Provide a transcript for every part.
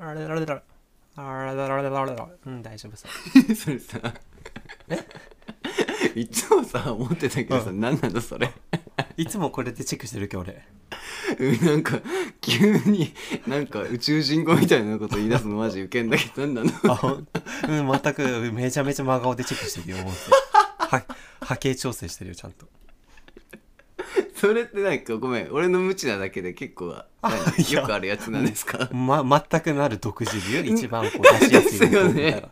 あれられられあれられられらうん大丈夫さ それさ いつもさ思ってたけどさ、う何なんだそれ いつもこれでチェックしてる今日俺なんか急になんか宇宙人語みたいなこと言い出すのマジウケんだけど何なの あほんうん全くめちゃめちゃ真顔でチェックしてるよ思っては波形調整してるよちゃんとそれってなんかごめん俺の無知なだけで結構何いやよくあるやつなんです かま全くなる独自流一番こう出しやすい ですよねみた い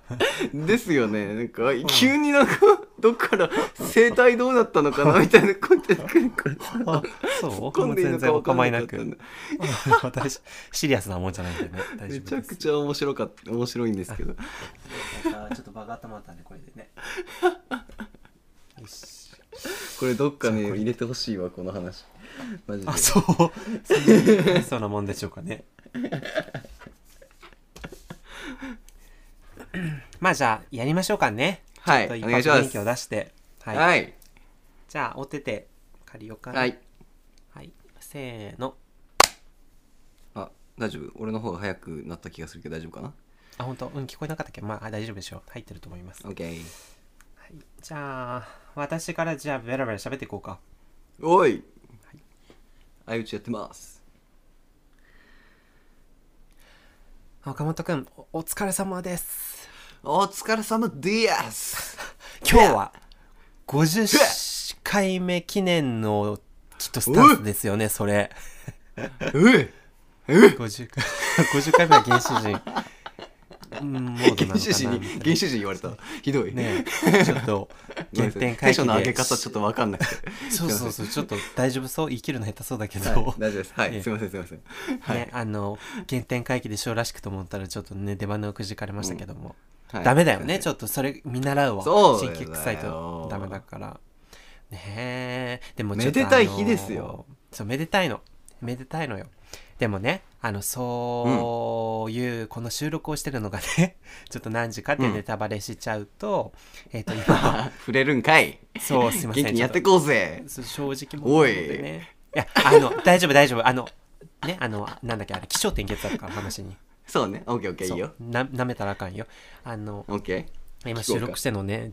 なですよねなんか急になんかどっから生態どうだったのかなみたいなこうやってくるからさ あそう込んでいい全の然かお分かん構いなかっなたくんだ 私シリアスなもんじゃないんで ね大め丈ち夫ゃでくすちゃ面白かった面白いんですけどなんかちょっとバカ頭だったんでこれでねよしこれどっかね入れてほしいわこの話マジであそうそんなにそうなもんでしょう かねまあじゃあやりましょうかねはちょいっと一お願い発しま雰囲す気を出してはい、はいじゃあお手手借りようかなはいはいせーのあ大丈夫俺の方が早くなった気がするけど大丈夫かなあ本当うん聞こえなかったっけまああ大丈夫でしょう入ってると思います、は ?OK い、じゃあ私からじゃあベラベラ喋っていこうかおい相打ちやってます岡本くんおお疲れ様ですお疲れ様です 今日は50回目記念のきっとスタンスですよねそれう え50回 ,50 回目は原始人うんモ ードな原のか始人なに原始人言われたひどいね えちょっとごめんな原さい点回テンショ帰ンの上げで方ちょっと分かんなくてそうそうそうちょっと大丈夫そう生きるの下手そうだけど、はい、大丈夫です。はええい、すみません、すみません。はい、ね、あの原点回帰でしょうらしくと思ったらちょっとね出花をくじかれましたけども、はいダメだよねちょっとそれ見習うわそうだ神よ経臭いとダメだからねえでもちょっとめでたい日ですよあのそうめでたいのめでたいのよでもねあのそういうこの収録をしてるのがね ちょっと何時かってうんネタバレしちゃうと、えっ、と今 触れるんかい。そうすいません元気にやってちょこうぜっと。そう正直者なのでねいやあの大丈夫大丈夫あのねあのなんだっけあれ起承転結だから話にそうね、オッケー、オッケー、いいよ。そうな舐めたらあかんよあのオッケ今聞こう収か録してのね11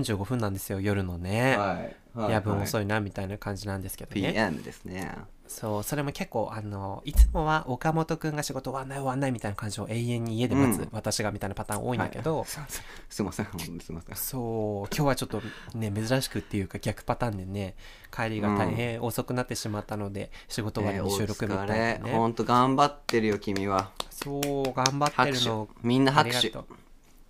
時45分なんですよ夜のね、ー。はい。はい夜分は遅いなみたいな感じなんですけどい。ね、 PM ですね。そうそれも結構あのいつもは岡本くんが仕事終わんない終わんないみたいな感じを永遠に家で待つ、うん私がみたいなパターン多いんだけど、はいすいませんすいません、本当にすいません。そう今日はちょっとね珍しくっていうか逆パターンでね帰りが大変遅くなってしまったので、仕事終わりの収録みたいなえ、ねーお疲れ本当頑張ってるよ、君は。そう頑張って拍る手のを。みんなあ拍り手が。と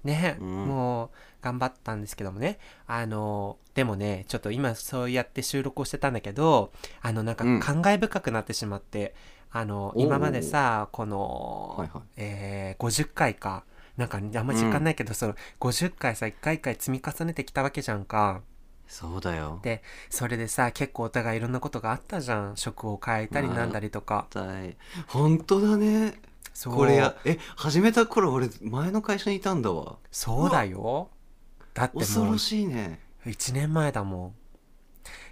うね、うんもう頑張ったんですけどもねあのでもねちょっと今そうやって収録をしてたんだけどあのなんかうん感慨深くなってしまって、あのおう今までさこの、はいはいえー50回かなんかあんま実感ないけど、その50回さ一回一回積み重ねてきたわけじゃんかそうだよ。でそれでさ結構お互いいろんなことがあったじゃん職を変えたりなんだりとか、はい本当だね。そうこれや、え、始めた頃、俺、前の会社にいたんだわ。そうだよだって恐もうろしいね。 1年前だもん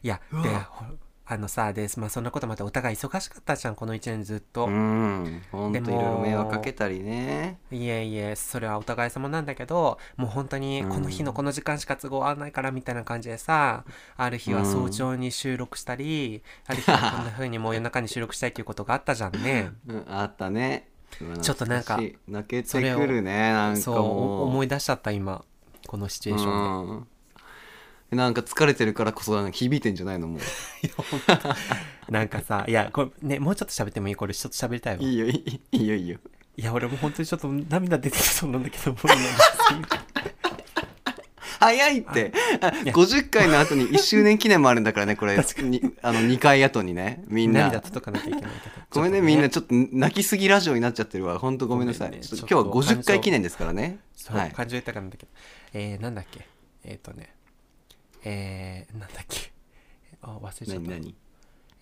いやうわでほあのさで、まあ、そんなことまたお互い忙しかったじゃんこの1年ずっと、うん、本当でいもろいろ迷惑かけたりね。いえいえそれはお互い様なんだけどもう本当にうんこの日のこの時間しか都合合わないからみたいな感じでさある日は早朝に収録したり、ある日はこんな風にもう夜中に収録したいっていうことがあったじゃん ねうん、あったね。ちょっとなんか懐しい泣けそれてをくるね、なんかそうもおう。思いい出しちゃった今このシチュエーションで。ンで。なんか疲れてるからこそなんか響いてんじゃないのもう。いや本当なんかさいやこれねもうちょっと喋ってもいいこれちょっと喋りたい わいいよ、いいいいよ、いいよ。いや俺も本当にちょっと涙出てきそうなんだけどもう今早いってあ !50 回の後に1周年記念もあるんだからね、これ。にあの2回後にね、みん涙な。届かなきゃいけないけど ごめんね、ちょっとみんな。ちょっと泣きすぎラジオになっちゃってるわ。ほんとごめんなさい。ごめんねちょっとちょっと今日は50感情回記念ですからね。そう、はい。感情豊かなんだけどえー、なんだっけえっ、ー、とねえー、なんだっけ あ忘れちゃっ何た何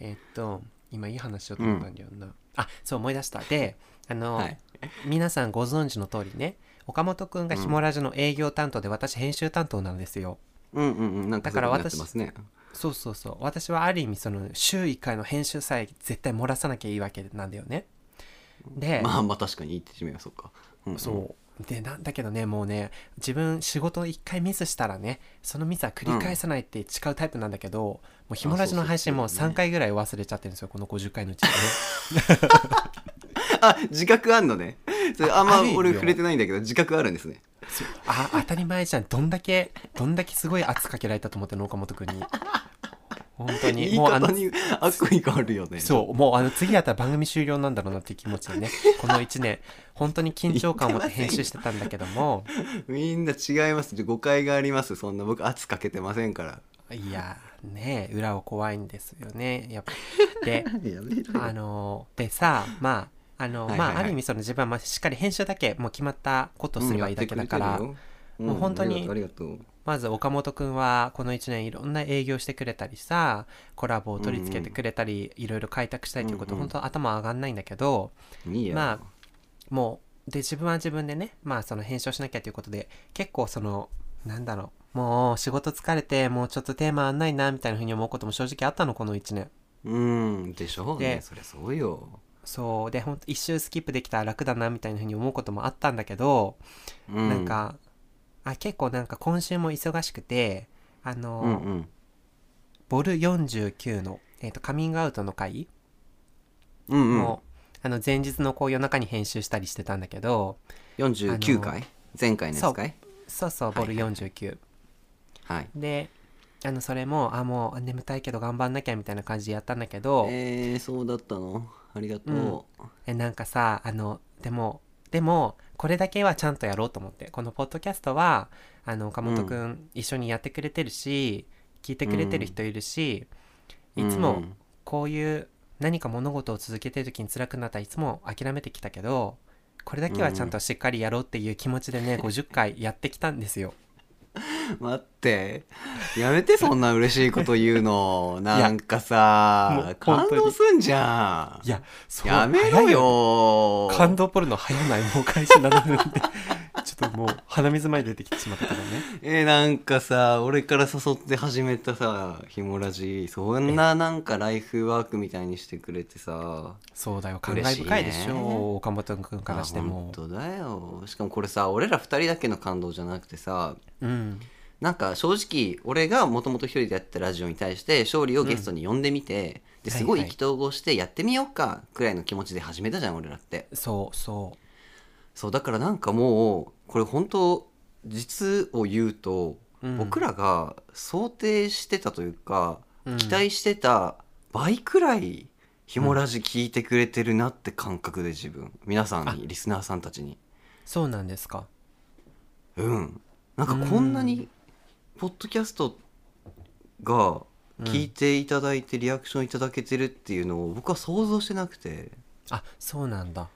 えっ、ー、と今いい話しようと思ったんだよな、あそう思い出したであの、はい。皆さんご存知の通りね岡本くんがひもラジの営業担当で、私編集担当なんですようんうんうん。なんかそういうことになってますね。そうそうそう私はある意味その週1回の編集さえ絶対漏らさなきゃいいわけなんだよねで、まあまあ確かに言ってしまえばそうか、うんそうでなんだけどねもうね自分仕事一回ミスしたらねそのミスは繰り返さないって誓うタイプなんだけど、もうひもラジの配信もうあそうそうそう3回ぐらい忘れちゃってるんですよこの50回の うちにねあ自覚あんのねそれあんあまるよ俺触れてないんだけど自覚あるんですねそうあ当たり前じゃんどんだけどんだけすごい圧かけられたと思ってるの岡本君に本当に言いもうあ方のに悪意があるよねそうもうあの次やったら番組終了なんだろうなっていう気持ちでねこの1年本当に緊張感を持って編集してたんだけどもみんな違います誤解がありますそんな僕圧かけてませんからいやね裏を怖いんですよねやっぱでやめろよあのでさまああはの、いはいはいまあある意味その自分はまあしっかり編集だけもう決まったことをすればいいだけだから、うんやってくれてるよもう本当にんありがとうありがとうまず岡本くんはこの1年いろんな営業してくれたりさコラボを取り付けてくれたり、いろいろ開拓したいということ、うんうん本当頭上がんないんだけどいいや、まもうで自分は自分でねまあその編集をしなきゃということで結構そのなんだろうもう仕事疲れてもうちょっとテーマあんないなみたいな風に思うことも正直あったのこの1年うんでしょうねでそりゃそうよ、そうでほんと一周スキップできたら楽だなみたいな風に思うこともあったんだけど、うん、なんかあ結構なんか今週も忙しくてあの、うんうんボル49の、えー、とカミングアウトの回うんうんも、あの前日のこう夜中に編集したりしてたんだけど49回前回のやつかいそうそうボル49、はいであのそれもあもう眠たいけど頑張んなきゃみたいな感じでやったんだけど、ええー、そうだったのありがとう、なんかさあのでもでもこれだけはちゃんとやろうと思ってこのポッドキャストはあの岡本くん一緒にやってくれてるし、聞いてくれてる人いるし、いつもこういう何か物事を続けてる時に辛くなったらいつも諦めてきたけどこれだけはちゃんとしっかりやろうっていう気持ち でね、50回やってきたんですよ。待ってやめてそんな嬉しいこと言うのなんかもさう本感当に動すんじゃんい やそうやめろ早いねよ感動ポルノ早ないもう開始7分で ちょっともう鼻水前に出てきてしまったけどねえーなんかさ俺から誘って始めたさひもラジそんななんかライフワークみたいにしてくれてさそうだよ感嬉慨しいね深いでしょ岡本君からしてあも本当だよしかもこれさ俺ら二人だけの感動じゃなくてさうんなんか正直俺がもともと一人でやってたラジオに対して勝利をゲストに呼んでみて、うでんすごいは意いはい気投合してやってみようかくらいの気持ちで始めたじゃん俺らってそうそそうだからなんかもうこれ本当実を言うと、う、うん、僕らが想定してたというか、うん期待してた倍くらいひもラジ聞いてくれてるなって感覚で自分皆さんにリスナーさんたちにそうなんですかうんなんかこんなうにポッドキャストが聞いていただいてリアクションいただけてるっていうのを僕は想像してなくてあそうなんだ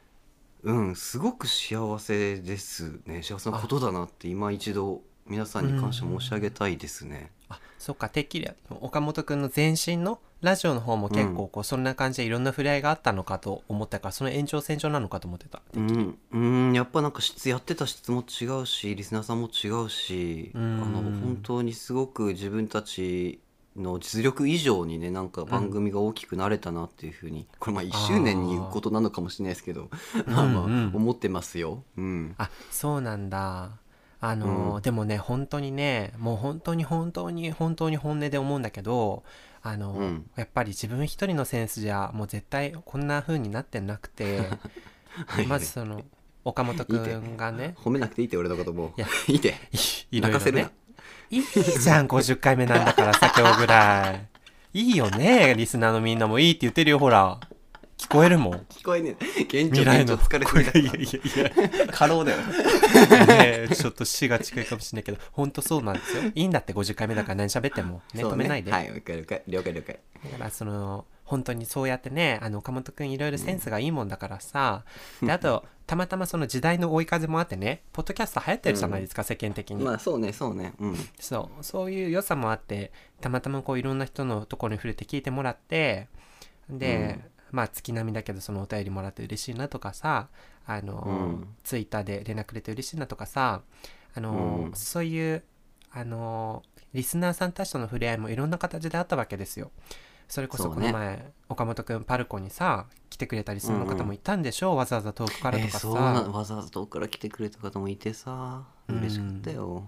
うんすごく幸せですね幸せなことだなって今一度皆さんに感謝申し上げたいですねあそっかてっきり岡本君の前身のラジオの方も結構こう、そんな感じでいろんな触れ合いがあったのかと思ったからその延長線上なのかと思ってたうん、うん、やっぱなんか質やってた質も違うしリスナーさんも違うしうんあの本当にすごく自分たちの実力以上にねなんか番組が大きくなれたなっていうふうに、これまあ1周年に言うことなのかもしれないですけどまあまあうんうん思ってますよ。うん、あそうなんだあのー、うんでもね本当にねもう本当に本当に本当に本音で思うんだけどあのー、うんやっぱり自分一人のセンスじゃもう絶対こんな風になってな くてはいまずその岡本くんがね褒めなくていいって俺のこともいやう いいっていいろい泣ろかせるねないいじゃん50回目なんだからさ今日ぐらいいいよねリスナーのみんなもいいって言ってるよほら聞こえるもん聞こえねえ現未地来現の地疲れてるいやいやいや 過労だ よ。ねちょっと死が近いかもしれないけど、本当そうなんですよ。いいんだって50回目だから何喋っても、ね、そう止めないで。はい了解了解了解了解だからその、本当にそうやってね、あの、岡本くんいろいろセンスがいいもんだからさ、 で、あと、たまたまその時代の追い風もあってね、ポッドキャスト流行ってるじゃないですか、世間的に。まあそうねそうねうんそう、そういう良さもあって、たまたまこういろんな人のところに触れて聞いてもらって、で、まあ月並みだけどそのお便りもらって嬉しいなとかさ、あの、うんツイッターで連絡くれて嬉しいなとかさ、あの、うんそういう、あの、リスナーさんたちとの触れ合いもいろんな形であったわけですよ。それこそそうこねの前、岡本くんパルコにさ来てくれたりするの方うんうもんいたんでしょう、わざわざ遠くからとえかー、さ、そうなわざわざ遠くから来てくれた方もいてさうん嬉しかったよ、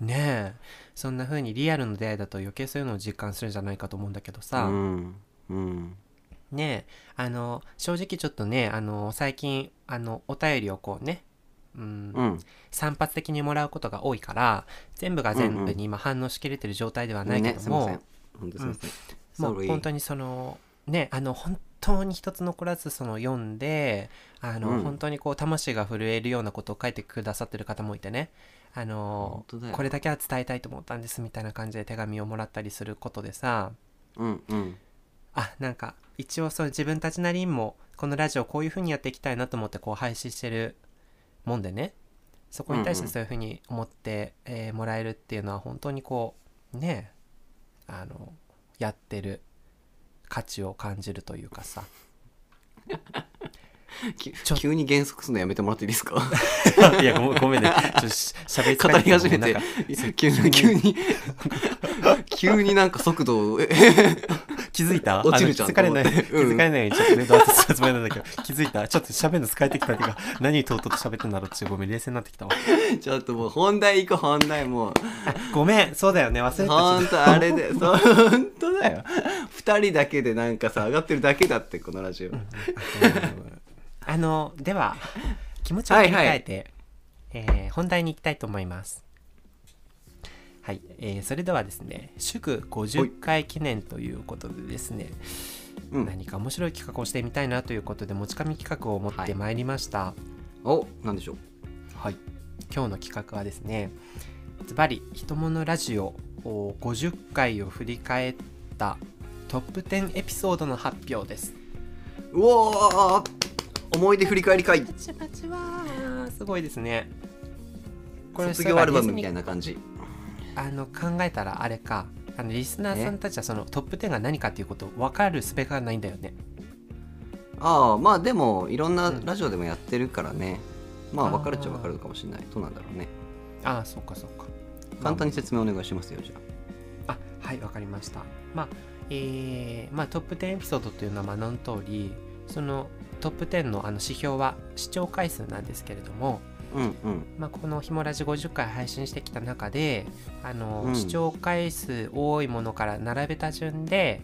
ねえそんな風にリアルの出会いだと余計そういうのを実感するんじゃないかと思うんだけどうさ、んうんねえあの正直ちょっとねあの最近あのお便りをこうね、うんうん散発的にもらうことが多いから全部が全部に今反応しきれてる状態ではないねけどすいまも、せん本当すいません、もう Sorry 本当にそのねあの本当に一つ残らずその読んであの、うん本当にこう魂が震えるようなことを書いてくださってる方もいてねあの本当だよこれだけは伝えたいと思ったんですみたいな感じで手紙をもらったりすることでさうんうんあなんか一応そう自分たちなりにもこのラジオこういう風にやっていきたいなと思ってこう配信してるもんでねそこに対しうんてうんそういう風に思って、えーもらえるっていうのは本当にこうねあのやってる価値を感じるというかさきちょ急に減速するのやめてもらっていいです か いやごごめんねちょっとしゃべり語り始めて 急に急に 急になんか速度をえ気づいた落ちるじゃんあの気づかれない、と思って気うんづかれないようにちょっとねドアと説明なんだけど気づいたちょっと喋るの疲れてきたっていうか何とうとうと喋ってんだろうってごめん冷静になってき たわちょっともう本題行こう本題もうごめんそうだよね忘れてたほんとあれでそうほんとだよ2人だけでなんかさ上がってるだけだってこのラジオ、あのでは気持ちを切り替えて、えー本題に行きたいと思いますはい、えーそれではですね祝50回記念ということでですね、うん、何か面白い企画をしてみたいなということで持ち紙企画を持ってまいりました、おなんでしょうはい、今日の企画はですねズバリ「ひとものラジオ」を50回を振り返ったトップ10エピソードの発表ですうおー思い出振り返り会パチパチはすごいですね卒業アルバムみたいな感じあの考えたらあれかあのリスナーさんたちはそのトップ10が何かっていうことを分かるすべがないんだよねああまあでもいろんなうんラジオでもやってるからね、まああー分かるっちゃ分かるかもしれないどうなんだろうねああそうかそうか簡単に説明お願いしますよじゃあはいわかりましたまあえーまあ、トップ10エピソードというのはまあ名の通りそのトップ10のあの指標は視聴回数なんですけれども、あうんうんまあ、この「ひもラジ50回」配信してきた中であの、うん視聴回数多いものから並べた順で、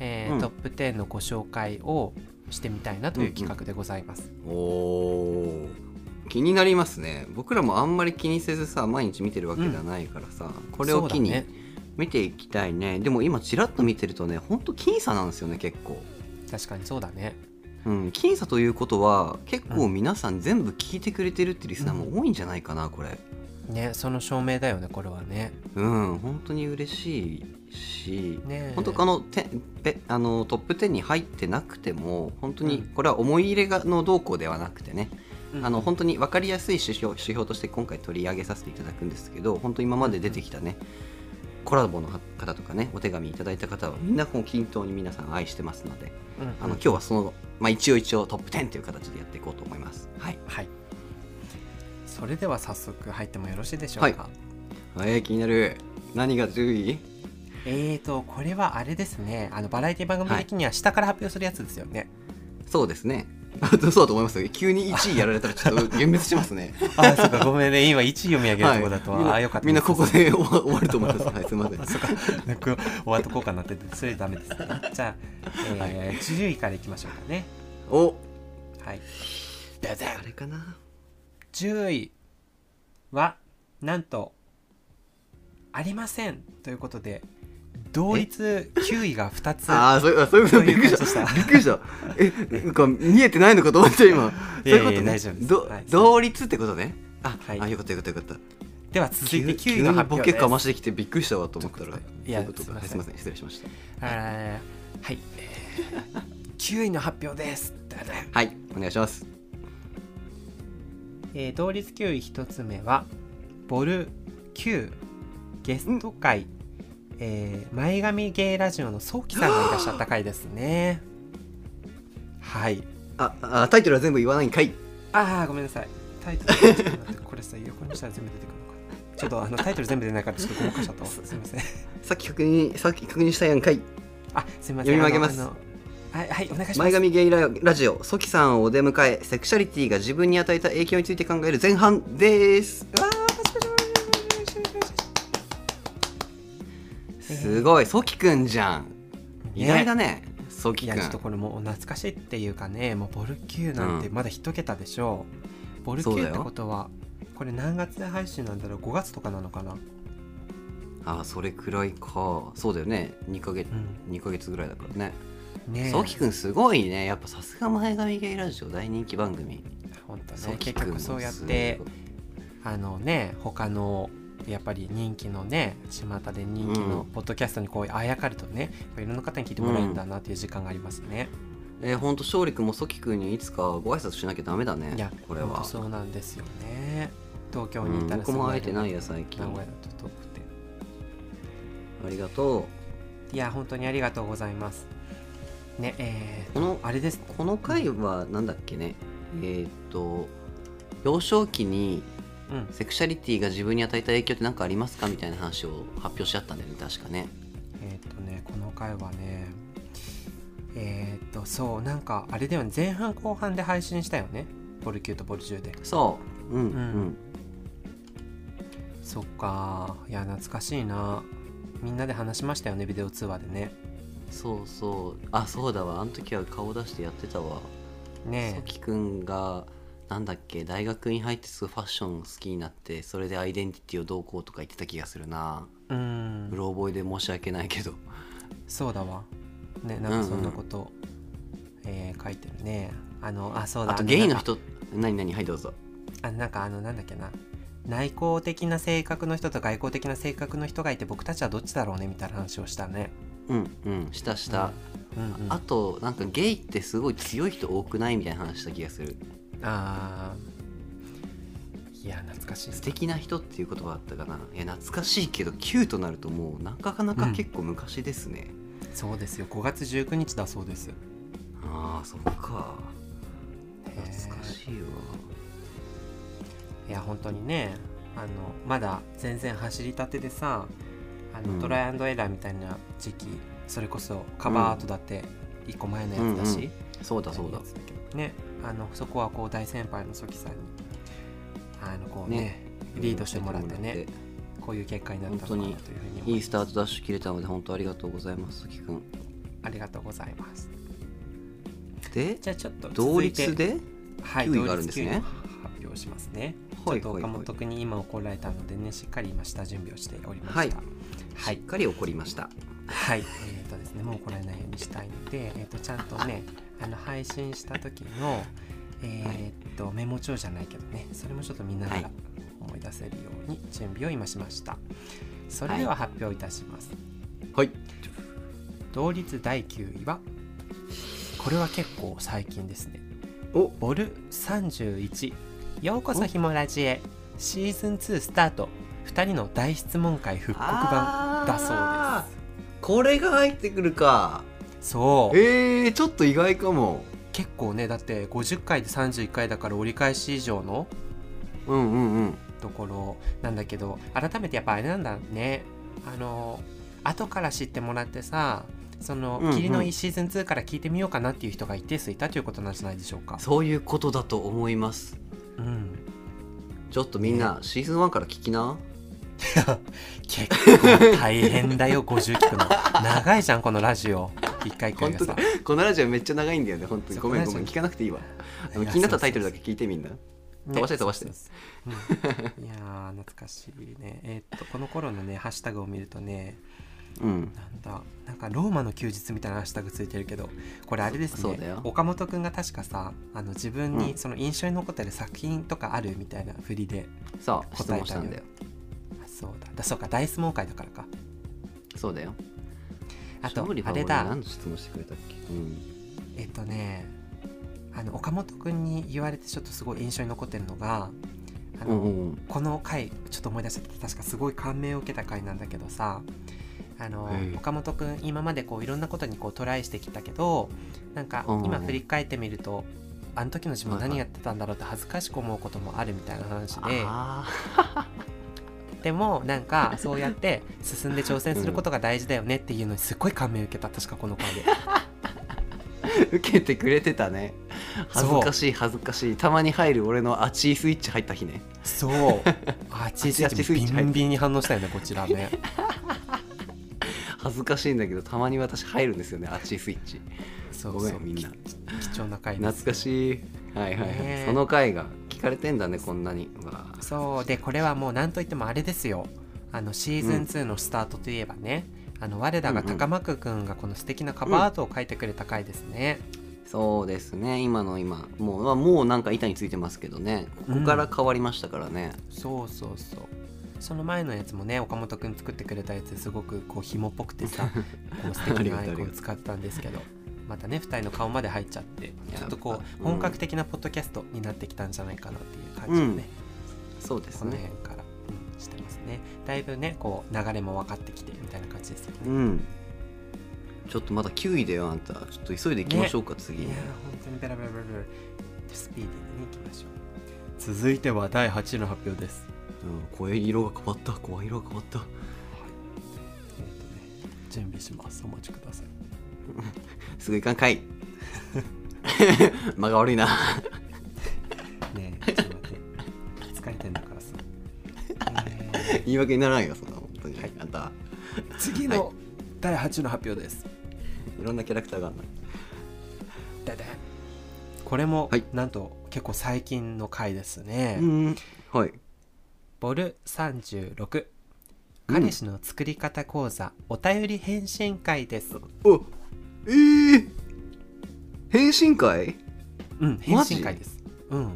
えーうんトップ10のご紹介をしてみたいなという企画でございます。おー気になりますね僕らもあんまり気にせずさ毎日見てるわけじゃないからさ、これを機にそうだね見ていきたいねでも今ちらっと見てるとねほんと僅差なんですよね結構確かにそうだね。うん僅差ということは結構皆さん全部聞いてくれてるってリスナーも多いんじゃないかなこれねその証明だよねこれはね。うん本当に嬉しいしね本当あのてべあのトップ10に入ってなくても本当にうんこれは思い入れがの動向ではなくてね、うんあの本当に分かりやすい指標指標として今回取り上げさせていただくんですけど本当今まで出てきたね、コラボの方とかねお手紙いただいた方はみんなこう均等に皆さん愛してますのでうんあの今日はその、まあ、一応一応トップ10という形でやっていこうと思います。はい、はい。それでは早速入ってもよろしいでしょうか。えー気になる何が10位えーとこれはあれですねあのバラエティ番組的には下から発表するやつですよね。そうですね そうだと思いますよ急に1位やられたらちょっと幻滅しますね。あそうかごめんね今1位読み上げるとこだとは、みんなあよかったみんなここで終 わ終わると思います。はい、すみません。 なんか終わっとこうかなってそれダメですね。じゃあ、えー10位からいきましょうかね。お、はい。あれかな。 10位はなんとありませんということで同率9位が2つああ、そういう、そういうこそと、ういびうっくりした。感じでしたびっくりした。え、なんか見えてないのかと思った、今。そういうこといやいやね。大丈夫ですどはい同率ってことね。あ、はいあ、よかった、よかった、よかった。では続いて9位急のに発ボ表ケで。かますしてきて、びっくりしたわと思ったら。いやそううことかはいすすいみまませせん、失礼しました。あーはい、9位の発表です。はい、お願いします。えー同率9位1つ目はボル9ゲスト会、えー前髪ゲイラジオの早期さんがいらっしゃった回ですね。はい。あ、あ、タイトルは全部言わないんかい。ああごめんなさいタイトルちょっと待ってこれさ横にしたら全部出てくるのかなちょっとあのタイトル全部出ないからちょっとごまかしちゃったわすみませんさっき確認、さっき確認したやんかい。あすみませ読んみ上げますあのあのはいはいお願いしま前す髪ゲイララジオソキさんをお出迎えセクシャリティが自分に与えた影響について考える前半ですうわーすごいソキくんじゃん意外だねソいキくやんちょっとこれもう懐かしいっていうかねもうボル9なんてうんまだ一桁でしょう、ボルそうだよ9ってことはこれ何月配信なんだろう5月とかなのかなあーそれくらいかそうだよね2ヶ月う2ヶ月ぐらいだからねんねえソキくんすごいねやっぱさすが前髪ゲイラジオ大人気番組本当ソねキ結くんも局すごそいうやってあのね他のやっぱり人気のね巷で人気うのんポッドキャストにこうあやかるとね、こういろんな方に聞いてもらえるんだなっていう時間がありますね、えー、ほんと勝利君もソキ君にいつかご挨拶しなきゃダメだねいやこれは本当そうなんですよね東京うにいんたら僕すぐも会会ええてて名ないや最近古屋だと遠くてありがといや本当にありがとうございますねえー、このあれですうこの回はなんだっけねえーっと幼少期にうんセクシャリティが自分に与えた影響って何かありますかみたいな話を発表し合ったんだよね確かねえーっ、とねこの回はねえーっ、とそうなんかあれだよね前半後半で配信したよねボル9とボル10でそううんううんん、そっかいや懐かしいなみんなで話しましたよねビデオ通話でねそうそうあそうだわあの時は顔出してやってたわソねキ君がなんだっけ大学に入ってすぐファッション好きになってそれでアイデンティティをどうこうとか言ってた気がするなえううんろ覚えで申し訳ないけどそうだわねなんかそんなこと、えー書いてるねあのあそうだあとのゲイのなんか人何何はいどうぞあなんかあのなんだっけな内向的な性格の人と外向的な性格の人がいて僕たちはどっちだろうねみたいな話をしたねうんうんしたした、うんうん、あとなんかゲイってすごい強い人多くないみたいな話した気がするあーいや懐かしいな素敵な人っていう言葉あったかないや懐かしいけどキューとなるともうなかなか結構昔ですね、そうですよ5月19日だそうですああそっか懐かいしいわいや本当にねあのまだ全然走りたてでさあの、うんトライアンドエラーみたいな時期それこそカバーアートだって一個前のやつだし、うんうんそうだそうだやつけどねあのそこはこう大先輩のソキさんにあのこうねねリードしてもらってリーねドしてもこういう結果になったのかなというふうにらっ思ていいまいすスタートダッシュ切れたので本当ありがとうございますきくんありがとうございますでじゃあちょっと同続いて率ではい、 9位同があるん率です9位ねの発表しますね。はいちょっと岡本君に今怒られたのでね、しっかり今下準備をしておりました。はいはしいっ、かり怒りましたはい、えっ、とですね、もう怒られないようにしたいので、えっ、とちゃんとね、あの配信した時のえっ、とメモ帳じゃないけどね、それもちょっと見ながはらい思い出せるように準備を今しました。それでは発表いたします。はい同率第9位は、これは結構最近ですね。おボル31ようこそひもラジへシーズン2スタート2人の大質問会復刻版だそうですこれが入ってくるかですそうえー、ちょっと意外かも結構ねだって50回で31回だから折り返し以上のうんうんうんところなんだけど改めてやっぱあれなんだねあの後から知ってもらってさそのうんうん霧のいいシーズン2から聞いてみようかなっていう人が一定数いたということなんじゃないでしょうか。そういうことだと思いますうん、ちょっとみんな、シーズン1から聞きな結構大変だよ50聞くの長いじゃんこのラジオ一回一回がさ本当このラジオめっちゃ長いんだよね本当にそうごめんこごめのラんジ聞かオなくていいわあのいや気になったタイトルだけ聞いてみんなね飛ばして飛ばしてそうそうそううんいやー懐かしいねえーっとこの頃のねハッシュタグを見るとねうんなんだなんかローマの休日みたいなハッシュタグついてるけどこれあれですそうだねよ岡本くんが確かさあの自分うにんその印象に残ってる作品とかあるみたいな振りで、そう質答えたよ問したんだよあそうだだそうか大相撲界だからかそうだよあと勝利はあれ俺だ何の質問してくれたっけ、うん、えーっとねあの岡本くんに言われてちょっとすごい印象に残ってるのがあうの、んうんうんこの回ちょっと思い出しちゃって確かすごい感銘を受けた回なんだけどさあの、はい岡本くん今までこういろんなことにこうトライしてきたけどなんかうん今振り返ってみるとあの時の自分はいはい何やってたんだろうって恥ずかしく思うこともあるみたいな話であでもなんかそうやって進んで挑戦することが大事だよねっていうのにすっごい感銘受けた確かこの回で受けてくれてたね恥ずかしい恥ずかしいたまに入る俺のあっちスイッチ入った日ね そうあっちスイッチビンビンに反応したよねこちらね恥ずかしいんだけどたまに私入るんですよねあっちスイッチそうごそめうんみんな貴重な回です懐かしいはいはいはい、ねえその回が聞かれてんだねこんなにうわそうでこれはもう何といってもあれですよあのシーズン2のスタートといえばね、あの我らが高幕君がこの素敵なカバーアートを描いてくれた回ですね、そうですね今の今もうまあもうなんか板についてますけどねここから変わりましたからね、そうそうそうその前のやつもね岡本君作ってくれたやつすごくこう紐っぽくて さこう素敵なアイコン使ったんですけどまたね2人の顔まで入っちゃってやちょっとこううん本格的なポッドキャストになってきたんじゃないかなっていう感じがね、そうですこのね辺から、うん、してますねだいぶねこう流れも分かってきてみたいな感じですよねうんちょっとまだ9位だよあんたちょっと急いでいきましょうか、い次やー本当にベラベラベラベラスピーディーに行きましょう続いては第8位の発表です、うん、声色が変わった声色が変わったえーとね、準備しますお待ちくださいすぐいかんかい 間が悪いな ねえちょっと待って疲れてんだからさ、え言い訳にならないよそんな本当に、はいあんたー次の第8位の発表です、いろんなキャラクターがあるのダダンこれも、はいなんと結構最近の回ですね、うんはいボル36彼氏の作り方講座、お便り返信会ですおえー、返信会うん返マジ信会ですうん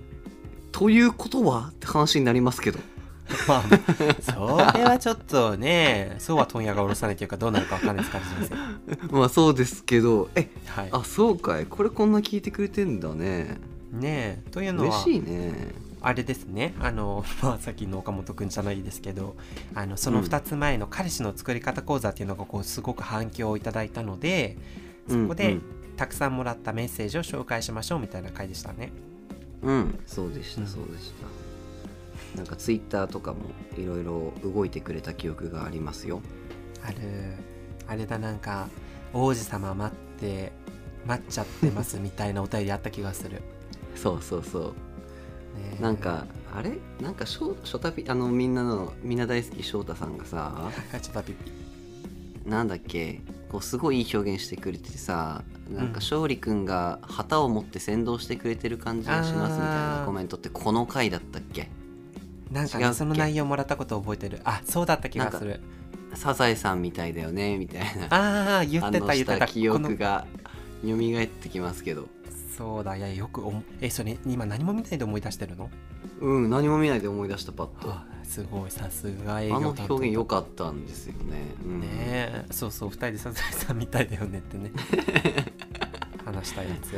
ということはって話になりますけど まあ、それはちょっとね、そうは問屋が下ろさないというか、どうなるかわかんないですから、人生。まあそうですけどえはい。あそうかいこれこんな聞いてくれてんだねねえ、というの嬉は、しいねあれですね、あの、 まあ、さっきの岡本くんじゃないですけど、あの、そのうん2つ前の彼氏の作り方講座っていうのが、こう、すごく反響をいただいたので、そこうで、んたくさんもらったメッセージを紹介しましょうみたいな回でしたね。うんそうでしうたんそうでした、なんかツイッターとかもいろいろ動いてくれた記憶がありますよある、あれだ、なんか、王子様待って、待っちゃってますみたいなお便りあった気がする。ねそうそうそう えなん、かあれなんかショショタピあのみんなのみんな大好き翔太さんがさちょっとピッピなんだっけこうすごいいい表現してくれてさなんうんか勝利君が旗を持って先導してくれてる感じがしますみたいあなーコメントってこの回だったっけなんか違うねっけその内容もらったこと覚えてるあそうだった気がするサザエさんみたいだよねみたいなああー言反って応た言しってたた記こ憶のが蘇ってきますけどそうだいやよくおもえそれ今何も見ないで思い出してるのうん何も見ないで思い出したパッとああーすごいさすが営業の担当表現良かったんですよね、うんねえそうそう2人でサザエさんみたいだよ ねってね話したやつ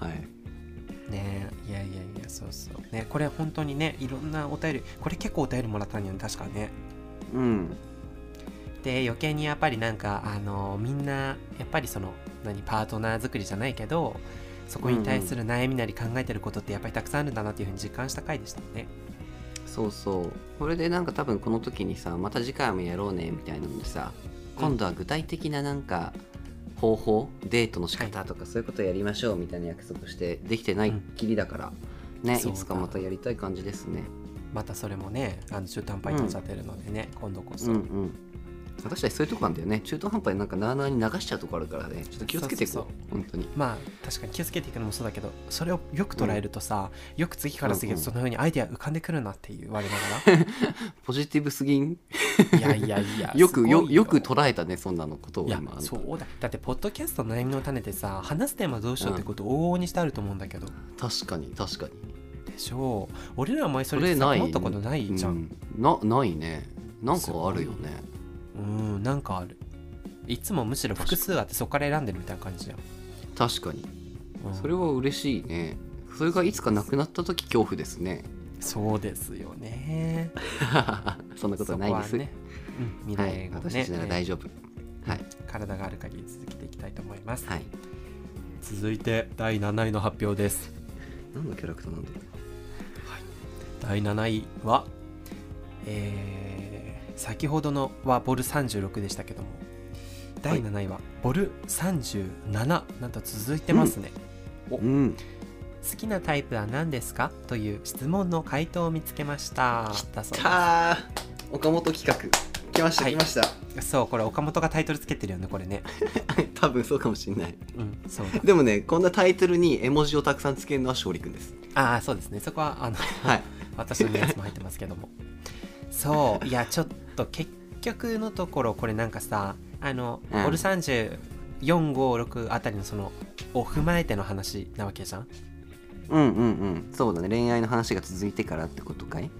はいねえいやいやいやそうそうねこれ本当にねいろんなお便りこれ結構お便りもらったんよね確かねうんで余計にやっぱりなんかあのみんなやっぱりその何パートナー作りじゃないけどそこに対する悩みなり考えてることってやっぱりたくさんあるんだなっていうふうに実感した回でしたね。そうそうこれでなんか多分この時にさまた次回もやろうねみたいなのでさ今度は具体的ななんか方法、デートの仕方とかそういうことやりましょうみたいな約束してできてないっきりだから、ねそういだつかまたやりたい感じですねまたそれもねあの中途半端になっちゃってるのでね、今度こうそ、んうん私たちそういうとこなんだよね中途半端になんかなあなあに流しちゃうとこあるからねちょっと気をつけていこうそうそう本当にまあ確かに気をつけていくのもそうだけどそれをよく捉えるとさ、よく次から次へうんとうんそのようにアイデア浮かんでくるなって言われな がポジティブすぎんらいやいやいやよすくごいよよく捉えたねそんなのことをいや今そうだだってポッドキャストの悩みの種ってさ話すテーマどうしようってこと往々にしてあると思うんだけど、確かに確かにでしょう俺らは前それそれさない思ったことないじゃん、うんなないねなんかあるよねうん、なんかあるいつもむしろ複数あってそこから選んでるみたいな感じじゃん、確かにうんそれは嬉しいねそれがいつかなくなった時恐怖です ねそうですよねそんなことはないですそこはね、うん、未は来い、永劫私たちならね大丈夫はい、体がある限り続けていきたいと思います、はい、続いて第7位の発表です何のキャラクターなんだろ第7位はえー先ほどのはボル36でしたけども第7位はボル37なんと続いてますね、うん好きなタイプは何ですかという質問の回答を見つけましただそうたー岡本企画来ましたはい来ました、 ですそうこれ岡本がタイトルつけてるよねこれね多分そうかもしれないうんそうだでもねこんなタイトルに絵文字をたくさんつけるのは勝利君ですああそうですねそこはあの はい私のやつも入ってますけどもそういやちょっと結局のところこれなんかさあの、うんオル30456あたりのそのを踏まえての話なわけじゃんうんうんうんそうだね恋愛の話が続いてからってことかい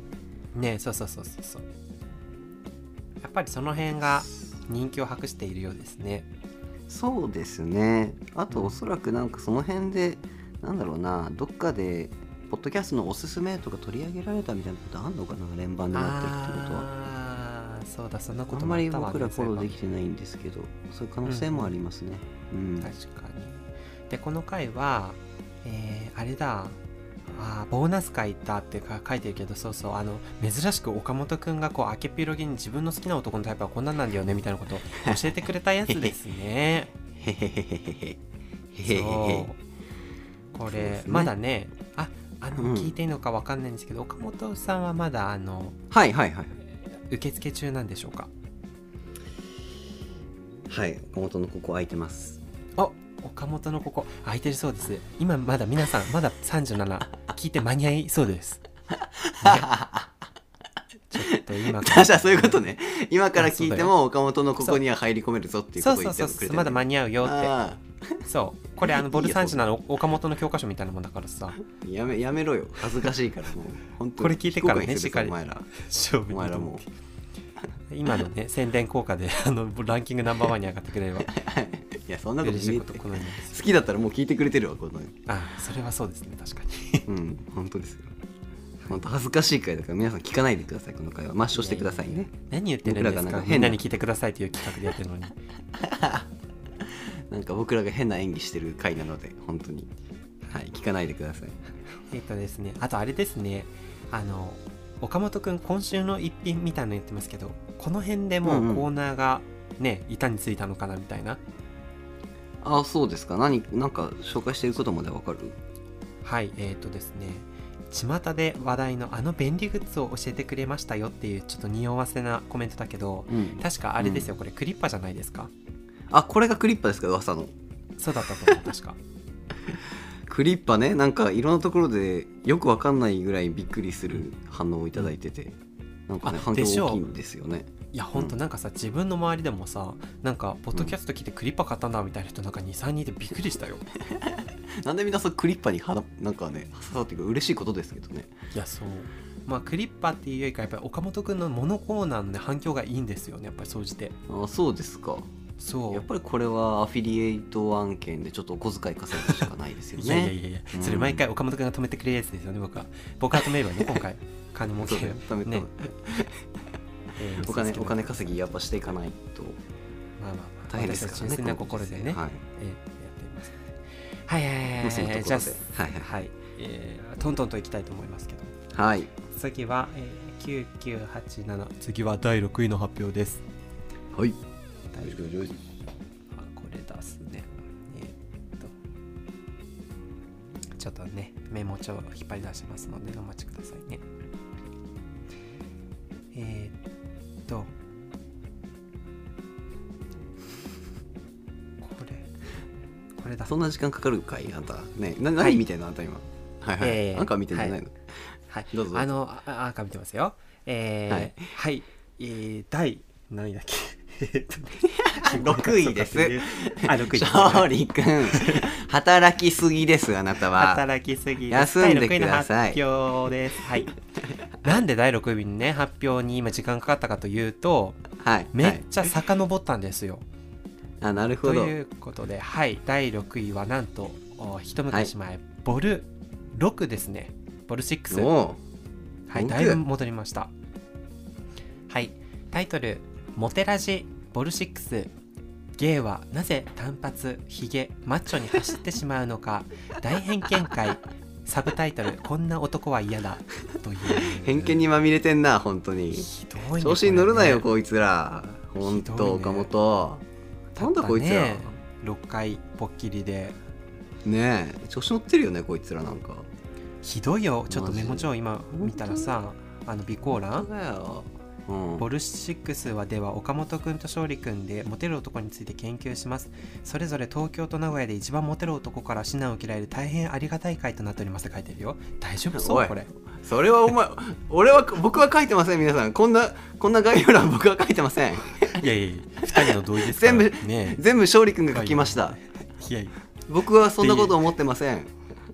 ねえそうそうそうそうそうやっぱりその辺が人気を博しているようですねそうですねあうとんおそらくなんかその辺で、なんだろうなどっかでポッドキャストのおすすめとか取り上げられたみたいなことあんのかな連番になってるってことはああそうだそんなあことんもまありったわ僕らねフォローできてないんですけどそういう可能性もありますねうん、確かにでこの回は、えーあれだあーボーナス回だってか書いてるけどそうそうあの珍しく岡本くんがこう明けっぴろげに自分の好きな男のタイプはこんなんなんだよねみたい なことを教えてくれたやつですねへへへへへへへへへそうこそうでれすねまだねああの、うん聞いていいのかわかんないんですけど岡本さんはまだあのはいはいはい受付中なんでしょうかはい岡本のここ空いてます あ岡本のここ空いてるそうです今まだ皆さんまだ37聞いて間に合いそうですちょっと今 からじゃあそういうことね今から聞いても岡本のここには入り込めるぞっていうこそうとをそ言うってそうくれてそるうまだ間に合うよっあてそうこれあのボルサンチのあの岡本の教科書みたいなもんだからさーやめやめろよ恥ずかしいからもう本当にこれ聞いてから非公ね開にするぞしっおか前ら勝負お前らも今のね宣伝効果で あのランキングナンバーワンに上がってくれればいやそん なこと嬉し言いえことてこ好のようですきだったらもう聞いてくれてるわこのあそれはそうですね確かに うん本当ですよ本当恥ずかしい回だから皆さん聞かないでくださいこの回は抹消してくださいね何言ってるんで僕すらがなんかかみ変んななに聞いてくださいという企画でやってるのになんか僕らが変な演技してる回なので本当にはい聞かないでくださいえっとですね、あとあれですね、あの、岡本くん、今週の一品みたいなの言ってますけど、この辺でもうんううんコーナーがね、板についたのかなみたいな。あそうですか何なんか紹介してることまでわかるはい、えっ、とですね、巷で話題のあの便利グッズを教えてくれましたよっていう、ちょっと匂わせなコメントだけど、うん確かあれですよ、これクリッパじゃないですか。あこれがクリッパですか噂のそうだったと思 う、確か。クリッパねなんかいろんなところでよくわかんないぐらいびっくりする反応をいただいててなんかねあ反響でしょう大きいんですよねいや、ほんとなんかさ、自分の周りでもさ、なんか、ポッドキャスト聞いてクリッパ買ったんだみたいな人、なんか2、3人いてびっくりしたよ。なんでみんなそうクリッパにはなんかね刺さってくる嬉しいことですけどねいやそうまあクリッパーっていうよりかやっぱり岡本くんのモノコーナーの、ね、反響がいいんですよねやっぱり総じてあそうですかそうやっぱりこれはアフィリエイト案件でちょっとお小遣い稼ぐしかないですよねいやいやいやいや、うんそれ毎回岡本くんが止めてくれるやつですよね僕は僕は止めればね今 回金儲けそうだよダメねダメえーおそう金ですけおど金稼ぎやっぱしていかないとまあまあまあ大変ですから私ねたち純粋な心でね、はいえーやっていますはいはいはいもうそのとはいころでじゃあはいはいはい、えー、トントンといきたいと思いますけどはい次は、えー、9987次は第6位の発表ですはい大丈あこれ出すねえーっとちょっとねメモ帳を引っ張り出しますのでお待ちくださいねえーっとこれこれだそんな時間かかるかいあんたねなはい何見てんのあんた今はいはいやいやいいやなんか見てんじゃないのはいどうぞあのああ赤見てますよえーははいい、えー、第何位だっけえーっと 6位です あ6位です 勝利くん 働きすぎですあなたは働きすぎです休んでください第6位の発表です。 はい。なんで第6位にね発表に今時間かかったかというとはいめはっいちゃ遡ったんですよ。あなるほとどいうことではい第6位はなんとお一昔前、ボル6ですねボル6。おはい、本だ当いやぶ戻りました。はい、タイトル「モテラジボルシックス」ゲイは なぜ短髪ヒゲマッチョに走ってしまうのか大偏見会サブタイトル「こんな男は嫌だ」という偏見にまみれてんな本当にひどいねこれね調子に乗るなよこいつら本ひどい当ね岡本なんだこいつらたったね6回ぽっきりでねえ調子乗ってるよねこいつらなんかひどいよちょっとマジメモ帳今見たらさあの備考本欄当だようんボルシックスはでは岡本君と勝利君でモテる男について研究しますそれぞれ東京と名古屋で一番モテる男から指南を受けられる大変ありがたい回となっておりますって書いてるよ大丈夫そおういこれそれはお前俺は僕は書いてません皆さんこんなこんな概要欄僕は書いてませんいやいやいや2人の同意ですから全ね全部勝利君が書きました、いやいや僕はそんなこと思ってません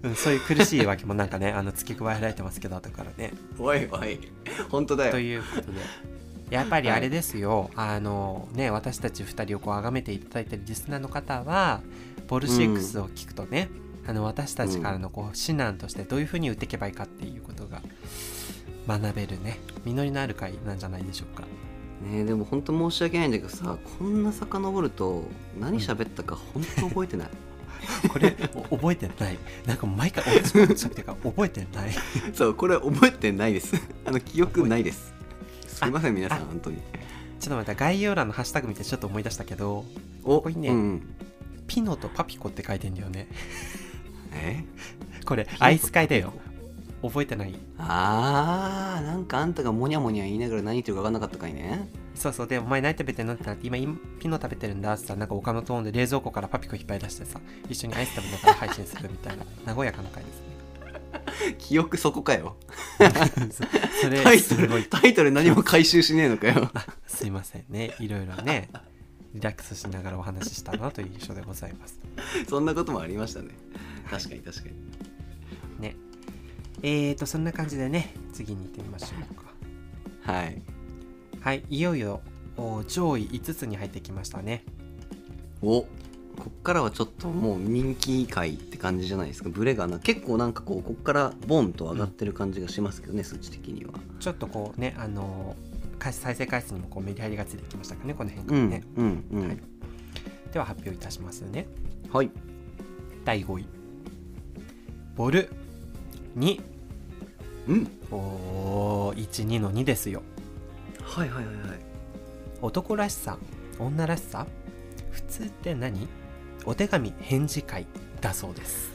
うん、そういう苦しいわけもなんかねあの付け加えられてますけど後からね。おいおい本当だ とよいうことでやっぱりあれですよ、あのね私たち2人をこう崇めていただいてるリスナーの方はボルシックスを聞くとね、あの私たちからのこう指南としてどういうふうに打っていけばいいかっていうことが学べるね実りのある回なんじゃないでしょうか。ねえでも本当申し訳ないんだけどさこんな遡ると何喋ったか本当覚えてないこれお 覚えてないなんか毎回同じ ことしゃってるから覚えてない。そうこれ覚えてないです あの記憶ないですすいません皆さんあ本当にちょっと待って概要欄のハッシュタグ見てちょっと思い出したけどおこいいねうん、ピノとパピコって書いてんだよね。えこれアイス会だよ覚えてないあーなんかあんたがモニャモニャ言いながら何言ってるか分かんなかったかいねそうそうでお前何食べてんのってなって今今ピノ食べてるんだってさなんかお金とんで冷蔵庫からパピコ引っ張り出してさ一緒にアイス食べながら配信するみたいな 和やかな回記憶そこかよですねそそタれイトすごルいタイトル何も回収しねえのか よすいませんねいろいろねリラックスしながらお話ししたなという印象でございますそんなこともありましたね確かに確かにねえーとそんな感じでね次に行ってみましょうかはいはいいよいよお上位5つに入ってきましたねおこっからはちょっともう人気回って感じじゃないですかブレがな結構なんかこうこっからボンと上がってる感じがしますけどね、数値的にはちょっとこうねあのー回再生回数にもこうメリハリがついてきましたかねこの辺かうらん、ね、うんうんはいでは発表いたしますねはい第5位ボル2うんおー12の2ですよはいはいはいはい男らしさ女らしさ普通って何お手紙返事会だそうです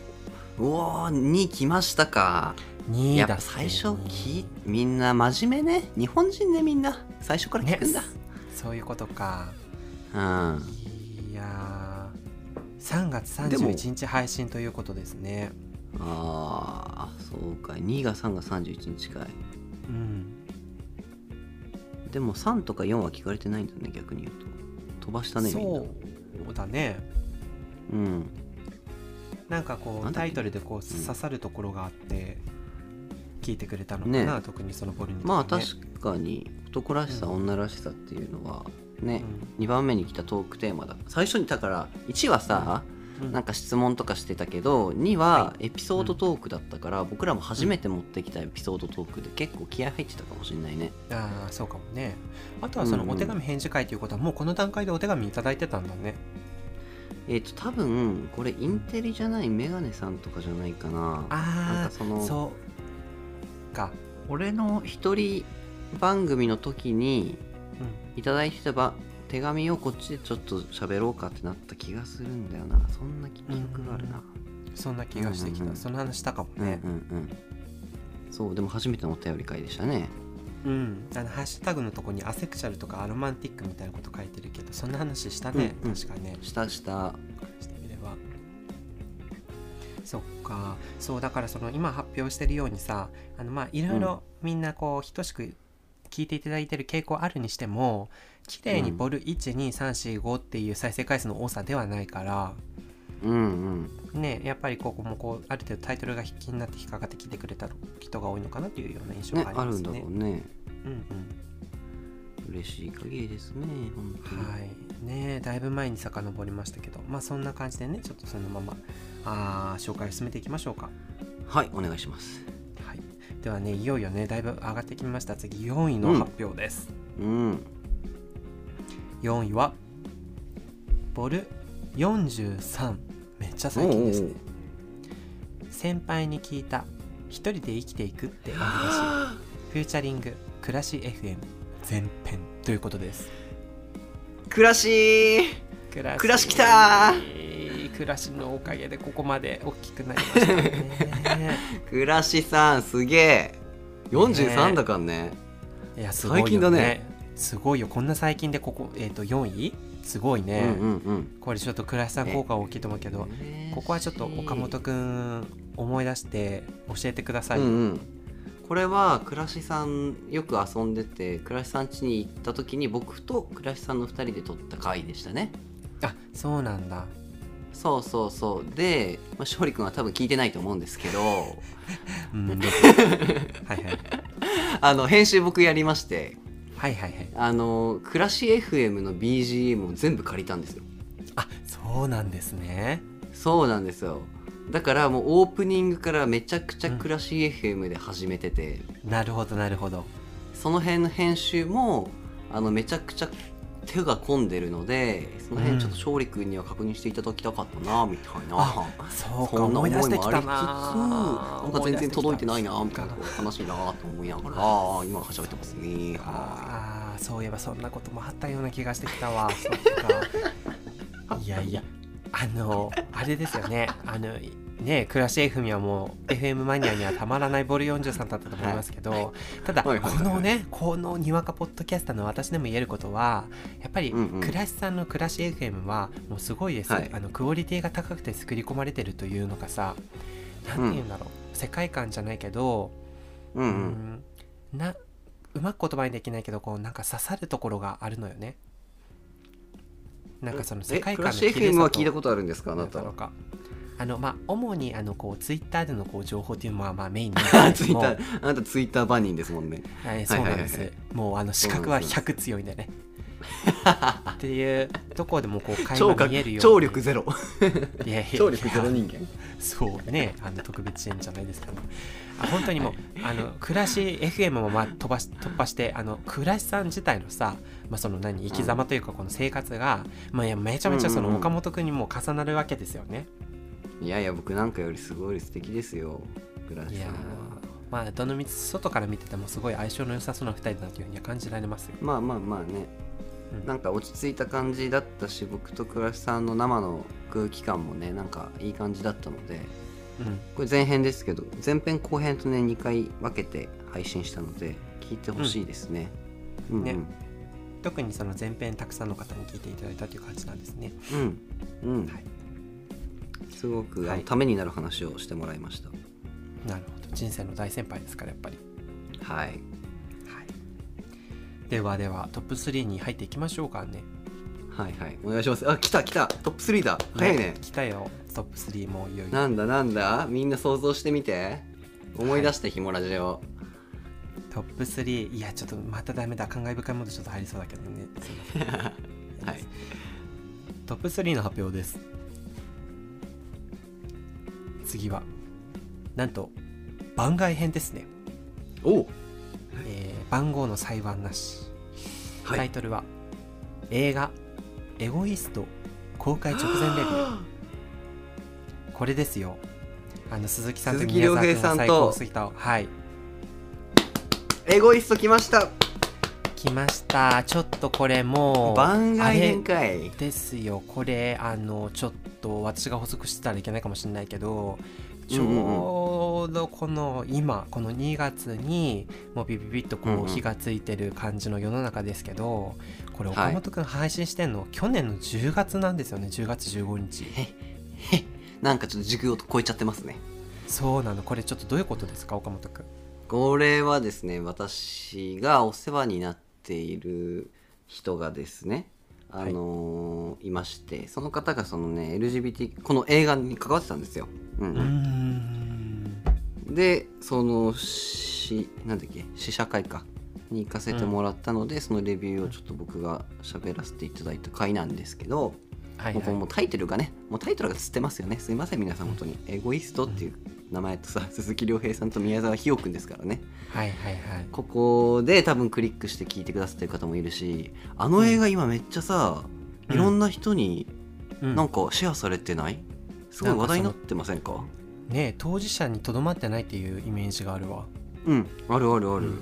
うおー2来ましたか2やっだぱ最初きみんな真面目ね日本人ねみんな最初から聞ねくんだ、そういうことかうんいやー3月31日配信ということですねあーそうか2が3が31日かいうんでも3とか4は聞かれてないんだね逆に言うと飛ばしたねみんなそうだねうんなんかこなうんだっタけイトルでこううん刺さるところがあって聞いてくれたのかねな、特にそのボルに、ね、まあ確かに男らしさ、うん女らしさっていうのはね、う2番目に来たトークテーマだ最初にだから1はさ、うんなんか質問とかしてたけど2はエピソードトークだったから、僕らも初めて持ってきたエピソードトークで結構気合入ってたかもしれないねああそうかもねあとはそうんのうんお手紙返事会ということはもうこの段階でお手紙いただいてたんだねえっ、と多分これインテリじゃないメガネさんとかじゃないかななんあかそあのそうか、俺の一人番組の時にうん、いただいてたば手紙をこっちでちょっと喋ろうかってなった気がするんだよなそんな記憶があるなそんな気がしてきた、うんうんうんその話したかもうんうんねうんそうでも初めてのお便り会でしたねうん、あのハッシュタグのとこにアセクシャルとかアロマンティックみたいなこと書いてるけどそんな話したね、うんうん確かねしたしたしてみればそっかそうだからその今発表してるようにさあのまあいろいろみんなこう等しく聞いていただいてる傾向あるにしても綺麗にボル12345っていう再生回数の多さではないからうんうんねやっぱりここもこうある程度タイトルが気になって引っかかってきてくれた人が多いのかなというような印象ねがありあまるすんだねろ。うねうんうん嬉しい限りですね本当に、はいねだいぶ前に遡りましたけどまあそんな感じでねちょっとそのままあー紹介を進めていきましょうか。はい、お願いしますはい、ではねいよいよねだいぶ上がってきました次4位の発表です、うん4位はボル43めっちゃ最近ですねおうおう先輩に聞いた一人で生きていくっていう話フューチャリング暮らし FM 前編ということです暮らし暮ら暮らし来た暮らしのおかげでここまで大きくなりまし たね暮らしさんすげえ43だからねいやすごいよ、ね、最近だねすごいよこんな最近でここ、えー、と4位すごいね、うんうんうんこれちょっと倉橋さん効果大きいと思うけど、ここはちょっと岡本くん思い出して教えてください、うんうん、これは倉しさんよく遊んでて倉しさん家に行った時に僕と倉しさんの2人で撮った回でしたねあそうなんだそうそうそうで、まあ、勝利君は多分聞いてないと思うんですけ どうん はいはいあの編集僕やりましてはいはいはいあの暮らし FM の BGM を全部借りたんですよあそうなんですねそうなんですよだからもうオープニングからめちゃくちゃ暮らし FM で始めてて、なるほどなるほどその辺の編集もあのめちゃくちゃ手が込んでるのでその辺ちょっと勝利君には確認していただきたかったなみたいな、あそうかそんな思思いい出もあしりてつきつたななんか全然届いてないなみたいな思出し悲してきいなと思いながらあー今はしゃべってますねたはあーそういえばそんなこともあったような気がしてき たわそっかいやいやあのあれですよねあのね暮らし FM はもう FM マニアにはたまらないボル43だったと思いますけど、ただ、はいはいはいこのねこのにわかポッドキャスターの私でも言えることはやっぱり、うんうん暮らしさんの暮らし FM はもうすごいです、はいあのクオリティが高くて作り込まれてるというのかさなんて言うんだろう、世界観じゃないけどうんううんんなうまく言葉にできないけどこうなんか刺さるところがあるのよねなんかその世え界ク観ラのシ綺 FM 麗はさ聞いたとことあるんですかあななんだたろうかあのまあ主にあのこうツイッターでのこう情報っていうのはまあメインに ツイッターあなたツイッターバニーですもんねはい、そうなんです、はいはいもうあの視覚はそうなん100強いん でねっていうとこでもこう会聴話覚見えるように聴力 ゼロいやいやいや聴力ゼロ人間そうね あの特別支援じゃないですけどあ本当にもうあの暮らし FM も、まあ、飛ばし突破してあの暮らしさん自体のさ、まあ、その何生き様というかこの生活が、まあ、いやめちゃめちゃうんうそんのうん岡本君にも重なるわけですよね、いやいや僕なんかよりすごい素敵ですよクラシいさやんはーまあどのみち外から見ててもすごい相性の良さそうな2人だなというふうには感じられますよまあまあまあね、うんなんか落ち着いた感じだったし僕と倉石さんの生の空気感もねなんかいい感じだったのでうんこれ前編ですけど前編後編とね2回分けて配信したので聞いてほしいですね、うんうん、ね特にその前編たくさんの方に聞いていただいたという感じなんですねうんうん、はいすごく、あのはいためになる話をしてもらいましたなるほど人生の大先輩ですからやっぱりはいではではトップ3に入っていきましょうかねはいはいお願いしますあ来た来たトップ3だ早いね来たよトップ3もういよいよなんだなんだみんな想像してみて思い出してひもラジオ、トップ3いやちょっとまたダメだ感慨深いものちょっと入りそうだけど ねすいませんはいトップ3の発表です次はなんと番外編ですね、 おうえー番号の裁判なし、はタいイトルは映画「エゴイスト」公開直前レビューこれですよあの鈴木さんと鈴木宮亮沢平君がさんと最高すぎたはいエゴイスト来ました来ましたちょっとこれもう番外編かいですよこれあのちょっと私が補足してたらいけないかもしれないけどちうんうんうんょうどこの今この2月にもうビビビッとうんうこんう火がついてる感じの世の中ですけどこれはい岡本くん配信してんの去年の10月なんですよね10月15日なんかちょっと軸を超えちゃってますねそうなのこれちょっとどういうことですか岡本くんこれはですね私がお世話になっている人がですねあのーい、ましてその方がそのね LGBT この映画に関わってたんですよ、うんうーんでそのしなんだっけ試写会かに行かせてもらったので、そのレビューをちょっと僕が喋らせていただいた回なんですけど、はいもうこはれいもうタイトルがねもうタイトルがつってますよねすいません皆さん本当に「エゴイスト」っていう名前とさ鈴木亮平さんと宮沢ひよくんですからねはいはいはいここで多分クリックして聞いてくださってる方もいるしあの映画今めっちゃさ、うんいろんな人にうんなんかシェアされてない、すごい話題になってませんかね当事者にとどまってないっていうイメージがあるわうんあるあるある、うんね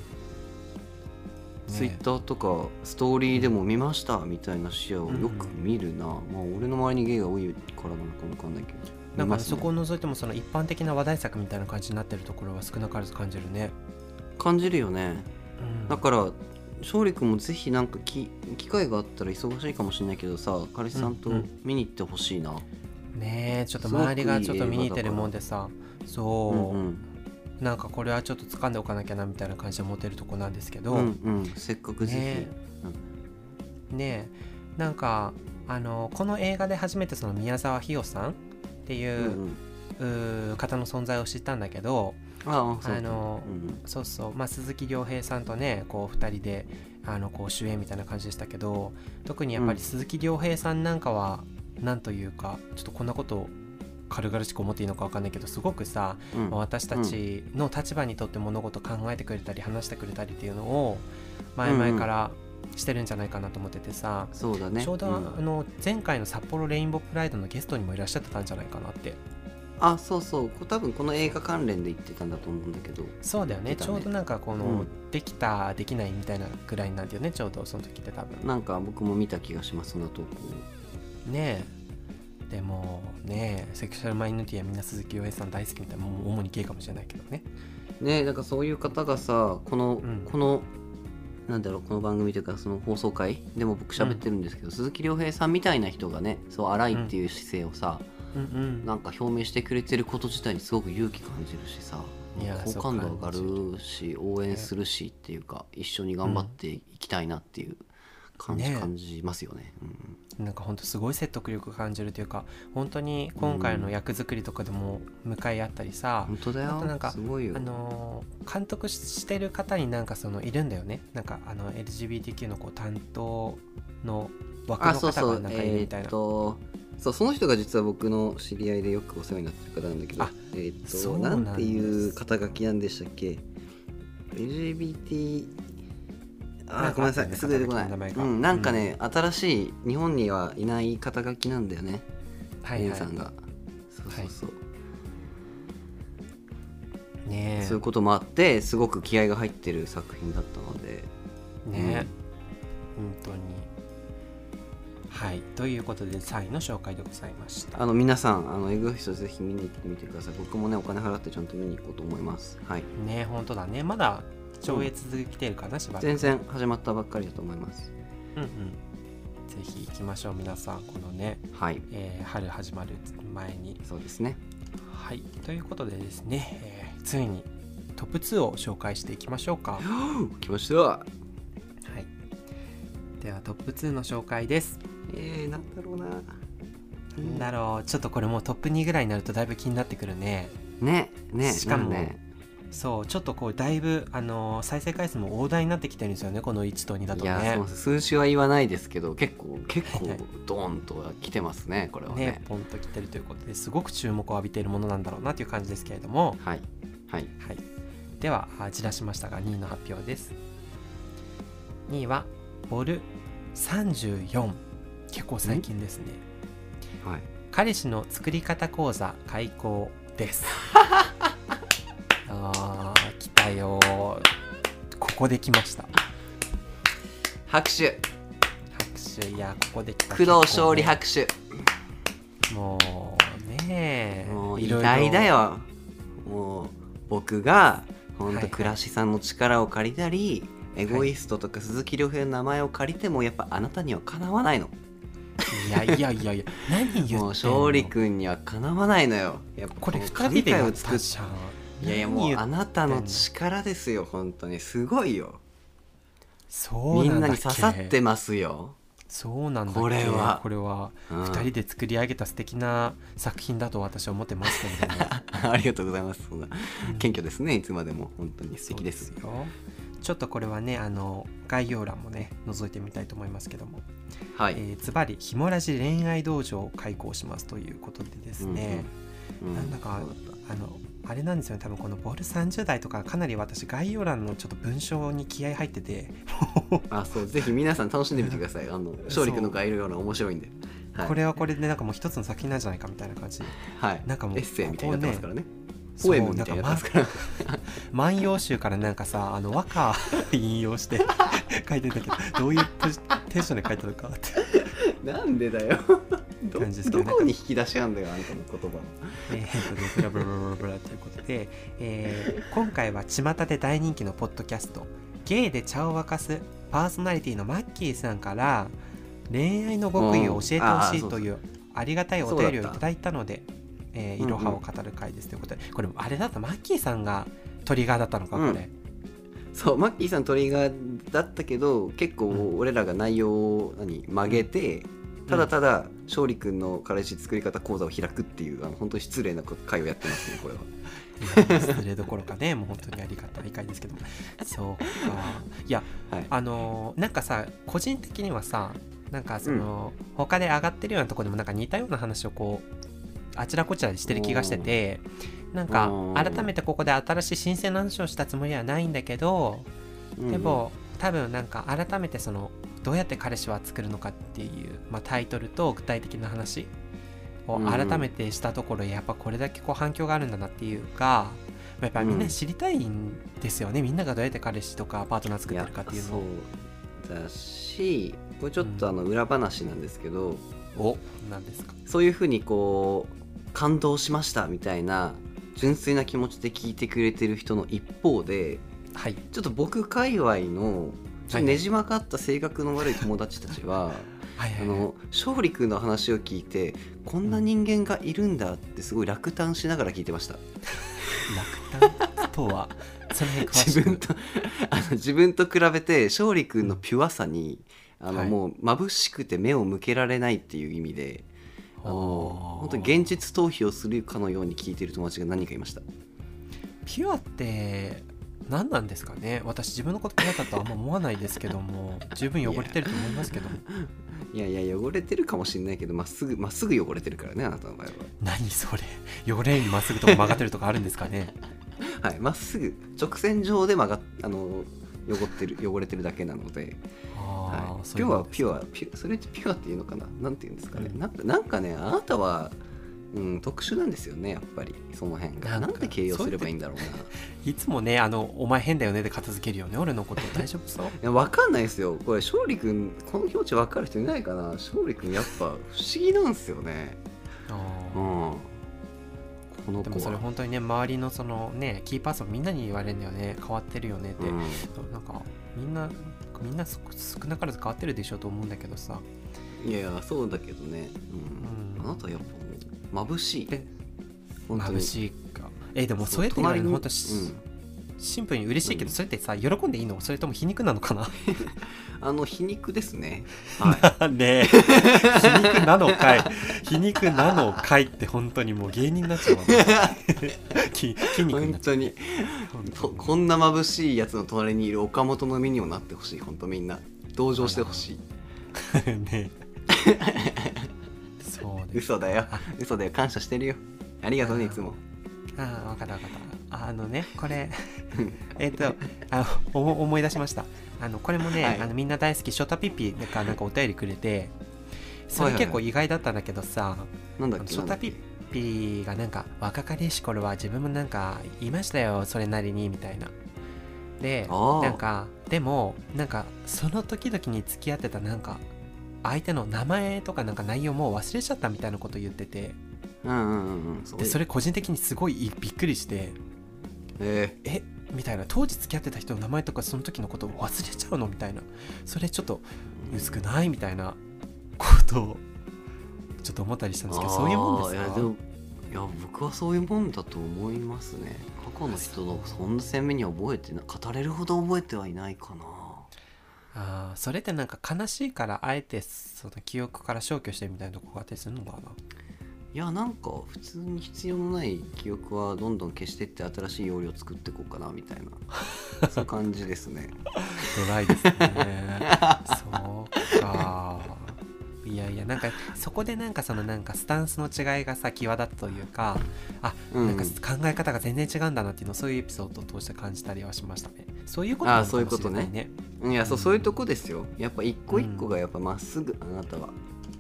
ツイッターとかストーリーでも見ましたみたいな視野をよく見るな、まあ俺の周りに芸が多いからなのかもわかんないけどなん見かまねすねそこを除いてもその一般的な話題作みたいな感じになってるところは少なからず感じるね、感じるよねうん、だから勝利君もぜひなんかき機会があったら忙しいかもしれないけどさ彼氏さんとうんうん見に行ってほしいな、ねえちょっとすごく周りがちょっといい映画だから見に行ってるもんでさそう、うんうんなんかこれはちょっと掴んでおかなきゃなみたいな感じで思ってるとこなんですけど、うんうん、せっかくぜひ、ねねえなんかあのこの映画で初めてその宮沢ひよさんっていうう,、んうんうー方の存在を知ったんだけどああそうだあのうんそうそう、まあ、鈴木亮平さんとねこう2人であのこう主演みたいな感じでしたけど特にやっぱうんり鈴木亮平さんなんかはなんというかちょっとこんなことを軽々しく思っていいのかわかんないけどすごくさ、うんうんまあ私たちの立場にとって物事を考えてくれたり話してくれたりっていうのを前々からしてるんじゃないかなと思っててさ、そうだねちょうど、んあの前回の札幌レインボープライドのゲストにもいらっしゃってたんじゃないかなってあそうそうこ多分この映画関連で言ってたんだと思うんだけどそうだよ言っねてちたねょうどなんかこの、うんできたできないみたいなぐらいなんだよねちょうどその時って多分なんか僕も見た気がしますその投稿ねえでもねえセクシャルマイノリティはみんな鈴木亮平さん大好きみたいなもう主にゲイかもしれないけどねねなんかそういう方がさこの、うんこのなんだろうこの番組というかその放送回でも僕喋ってるんですけど、鈴木亮平さんみたいな人がねそう荒いっていう姿勢をさ、うんうんなんか表明してくれてること自体にすごく勇気感じるしさいや好感度上がそうるし応援するしっていうか一緒に頑張っていきたいなっていう感じね感じますよね。うんなんかほんとすごい説得力感じるというか本当に今回の役作りとかでも向かい合ったりさ、本当だあとなんよかすごいよあ。のー監督してる方になんかそのいるんだよねなんかあの LGBTQ のこう担当の枠あのそう方そがうなんかいるえみたーいっな。とそうその人が実は僕の知り合いでよくお世話になってる方なんだけどあえーっとそうなんですなんていう肩書きなんでしたっけ LGBT なんあかごめんなさあっいたよねすぐ出てこない、肩書きの名前がうん、なんかね、新しい日本にはいない肩書きなんだよねはいレンはさんいがそうそうそう、ねそういうこともあってすごく気合が入ってる作品だったのでえねえ、本当にはいということで3位の紹介でございましたあの皆さんあのエグフィスぜひ見に行ってみてください僕もねお金払ってちゃんと見に行こうと思いますはいねえ本当だねまだ上映続きてるかなしばらく全然始まったばっかりだと思いますうんうん、ぜひ行きましょう皆さんこのね、はいえー春始まる前に。そうですねはいということでですね、えーついにトップ2を紹介していきましょうか。は来ましたい、ではトップ2の紹介です。えー、なんだろうななんだろうちょっとこれもうトップ2ぐらいになるとだいぶ気になってくるね。ねねしかもなるねそうちょっとこうだいぶ、あのー再生回数も大台になってきてるんですよねこの1と2だといやそうね。数字は言わないですけど結構結構はいはいドーンとは来てますねこれはねね、ポンと来てるということですごく注目を浴びているものなんだろうなという感じですけれども、はいはいはい、ではあ散らしましたが2位の発表です2位はボル34結構最近ですねはい彼氏の作り方講座開講です あー来たよここで来ました拍手拍手いやここで来た工藤勝利結拍手構ねもうねもうい偉ろいろ大だよもう僕がほんはいはとい倉師さんの力を借りたり、エゴイストとか鈴木亮平の名前を借りてもやっぱあなたにはかなわないのいやいやいやいや何言ってんもうの勝利君にはかなわないのよやっぱこれの2人でやっ神回たを作っじゃんいやいや何もう言っあなたの力ですよ本当にすごいよそうみなんんだなっけに刺さってますよ、そうなんだっけこれはこれはうん2人で作り上げた素敵な作品だと私は思ってます けれども ありがとうございますそんなうん謙虚ですねいつまでも本当に素敵ですそうよちょっとこれはねあの概要欄もね覗いてみたいと思いますけどもはい、えーズバリひもラジ恋愛道場を開講しますということでですね、うんなんだかそうったあのあれなんですよね多分このボル30代とかかなり私概要欄のちょっと文章に気合入っててあそうぜひ皆さん楽しんでみてくださいあの勝利君の概要欄面白いんではいこれはこれでなんかもう一つの作品なんじゃないかみたいな感じはい、なんかもうエッセイみたいになってますからねそうポエムみたいになってますから「万葉集」からなんかさあの和歌 引用して書いてんだけどどういうポジテンションで書いたのかって なんでだよど感じですけどどねこに引き出しあんだよあんたの言葉えーとねブラブラブラブラブラということで、えー今回は巷で大人気のポッドキャスト「ゲイで茶を沸かす」パーソナリティのマッキーさんから恋愛の極意を教えてほしいというありがたいお便りをいただいたので「えーいろはを語る会」ですということでこれあれだったマッキーさんがトリガーだったのかこれ、うんそうマッキーさんトリガーだったけど結構俺らが内容を何曲げてただただ勝利君の彼氏作り方講座を開くっていうあの本当に失礼な会をやってますねこれは。失礼どころかねもう本当にありがたい会ですけどもそうかいや、はいあのーなんかさ個人的にはさなんかその、他で上がってるようなとこでもなんか似たような話をこうあちらこちらでしてる気がしててなんかうん改めてここで新しい新鮮な話をしたつもりはないんだけどでも多分なんか改めてそのどうやって彼氏は作るのかっていう、まあ、タイトルと具体的な話をうん改めてしたところやっぱこれだけこう反響があるんだなっていうかまあやっぱみんな知りたいんですよね、みんながどうやって彼氏とかパートナー作ってるかっていうのいやそうだしこれちょっとあの裏話なんですけど、をなんですかそういうふうにこう感動しましたみたいな純粋な気持ちで聞いてくれてる人の一方ではいちょっと僕界隈のちょっとねじ曲がった性格の悪い友達たち は。はいはあいはいの勝利君の話を聞いてこんな人間がいるんだってすごい落胆しながら聞いてました落胆と はその辺詳し自く分と あの自分と比べて勝利君のピュアさにあの、はいもう眩しくて目を向けられないっていう意味であのおー本当に現実逃避をするかのように聞いてる友達が何人かいましたピュアって何なんですかね私自分のことピュアだとはあんま思わないですけど も十分汚れてると思いますけどもいやいや汚れてるかもしれないけどまっすぐまっすぐ汚れてるからねあなたの場合何それ汚れにまっすぐとか曲がってるとかあるんですか ねははいまっすぐ直線上で曲がっあの汚ってる汚れてるだけなのであはあい、そうピいうュアはことピュアピュアそれってピュアっていうのかななんていうんですかね、うんなんかなんかねあなたは、うん、特殊なんですよねやっぱりその辺がなんなかんで形容すればいいんだろうないつもねあの「お前変だよね」で片付けるよね俺のこと大丈夫 そういや分かんないですよこれ勝利君この気持ち分かる人いないかな勝利君やっぱ不思議なんですよねあうんーこのでも子それは本当にね周りのそのねキーパーソンみんなに言われるんだよね変わってるよねって、うんなんかみんなみんなす少なからず変わってるでしょうと思うんだけどさいやいやそうだけどね、うんうんあなたはやっぱもう眩しいで本当に眩しいかえでもそうそうやって言われるの隣に本当し、シンプルに嬉しいけうんどそれってさ喜んでいいのそれとも皮肉なの かなあの皮肉ですね はいねえ皮肉なのかい皮肉なのかいって本当にもう芸人になっちゃうわ き筋肉に本なっちゃ当にう本当とにこんな眩しいやつの隣にいる岡本の身にもなってほしい本当みんな同情してほしい ね えそうです嘘だ よ嘘だよ感謝してるよありがとうねいつもああ分かった分かったああのねこれえっとあおも思い出しましたあのこれもね、はいあのみんな大好きショタピピがなんかお便りくれてそれ結構意外だったんだけどさ、なんだっけシなョタんだっけピッピーがなんか若かりし頃は自分もなんか言いましたよそれなりにみたいなであーなんかでもなんかその時々に付き合ってたなんか相手の名前とかなんか内容もう忘れちゃったみたいなこと言っててうんうんうんうんそうでそれ個人的にすごいびっくりしてええみたいな当時付き合ってた人の名前とかその時のことを忘れちゃうのみたいなそれちょっとー薄くないみたいなことをちょっと思ったりしたんですけどそういうもんですあーいかやでもいや僕はそういうもんだと思いますね過去の人のそんな鮮明には覚えてな語れるほど覚えてはいないかなあーそれってなんか悲しいからあえてその記憶から消去してるみたいなとこがあったりするのかないやなんか普通に必要のない記憶はどんどん消してって新しい容量作っていこうかなみたい なそういう感じですねドライですね そうかいやいやなんかそこでなんかそのなんかスタンスの違いがさ際立つというかあうんなんか考え方が全然違うんだなっていうのをそういうエピソードを通して感じたりはしましたねそういうことなのかもしれあないーそういうことねいやそううんそういうとこですよやっぱ一個一個がやっぱまっすぐあなたは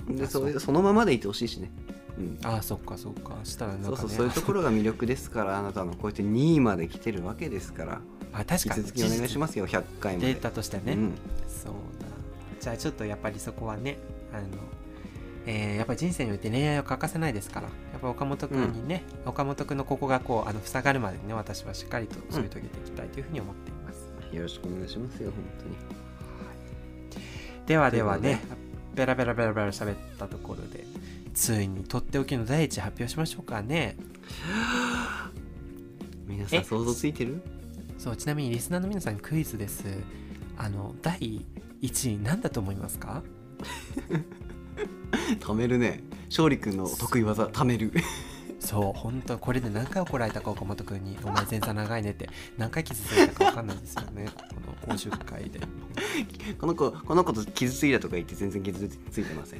であそうそうそのままでいてほしいしね、うん、ああそっかそっかしたらなんか、そね、うそうそういうところが魅力ですからあなたのこうやって2位まで来てるわけですからあ確引かきに続きお願いしますよ100回までデータとしてはね、うん、そうだじゃあちょっとやっぱりそこはねあの、えーやっぱり人生において恋愛は欠かせないですからやっぱ岡本君にね、岡本君のここがこうあの塞がるまでね私はしっかりと添い遂げていきたいというふうに思っています、よろしくお願いしますよ本当にではではねというベラベラベラベラ喋ったところでついにとっておきの第一発表しましょうかね皆さんえ想像ついてるそうちなみにリスナーの皆さんにクイズですあの第1位何だと思いますか貯めるね勝利君の得意技貯める そう本当これで何回怒られたか岡本君に「お前前座長いね」って何回傷ついたか分かんないですよねこの50回でこの子この子と傷ついたとか言って全然傷ついてません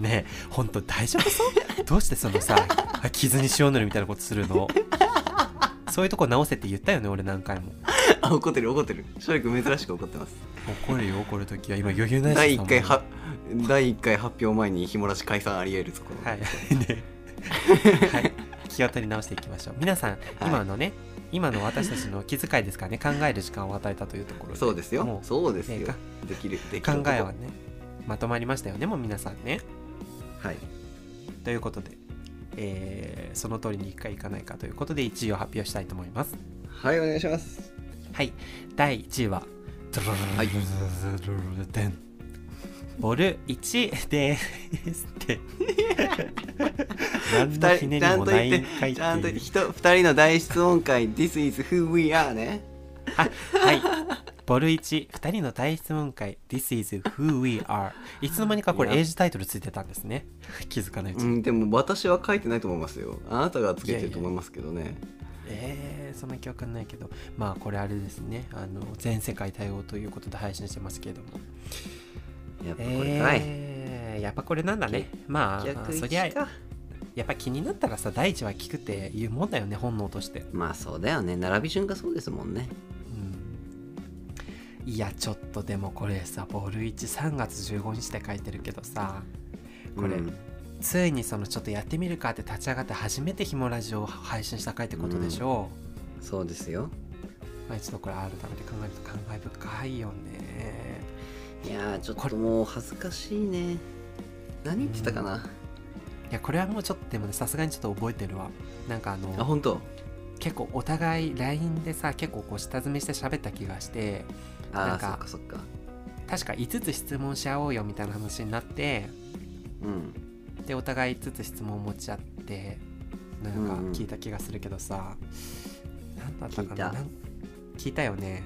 ねえ本当大丈夫そうどうしてそのさあ傷に塩塗るみたいなことするのそういうとこ直せって言ったよね俺何回も あ怒ってる怒ってる勝利君珍しく怒ってます怒るよ怒るときは今余裕ない第1回はは第一回発表前にひもらし解散ありえるそこのはいねはい気を取り直していきましょう皆さん今のね、今の私たちの気遣いですからね考える時間を与えたというところでそうですよもうそうですねよかできるでき考るえはねまとまりましたよねもう皆さんねはいということで、えーその通りに1回いかないかということで1位を発表したいと思いますはいお願いしますはい第1位ははいボル1ですって何の二ひ人ちねりゃんもとな言いんっかていってちゃんとい人う2人の大質問会 This is who we are ねあはいボル12人の大質問会 This is who we are いつの間にかこれ英字タイトルついてたんですね 気づかないうちうに、んでも私は書いてないと思いますよあなたがつけてると思いますけどねえー、そんな記憶はないけどまあこれあれですねあの全世界対応ということで配信してますけれどもやっぱこれかい、えー、やっぱこれなんだねまあそりゃ逆かやっぱ気になったらさ第一は聞くっていうもんだよね本能として、まあそうだよね並び順がそうですもんねうん、いやちょっとでもこれさボール13月15日って書いてるけどさこれ、うんついにそのちょっとやってみるかって立ち上がって初めてひもラジオを配信した回ってことでしょう、そうですよまあ、一度これ改めて考えると感慨深いよねいやーちょこっれともう恥ずかしいね何言ってたかな、いやこれはもうちょっとでもねさすがにちょっと覚えてるわなんかああの本当結構お互い LINE でさ結構こう下積みして喋った気がしてあなんあそっかかそっか確か5つ質問し合おうよみたいな話になってうんでお互い5つ質問を持ち合ってなんかうんうん聞いた気がするけどさ何だったか聞ないたなん聞いた よね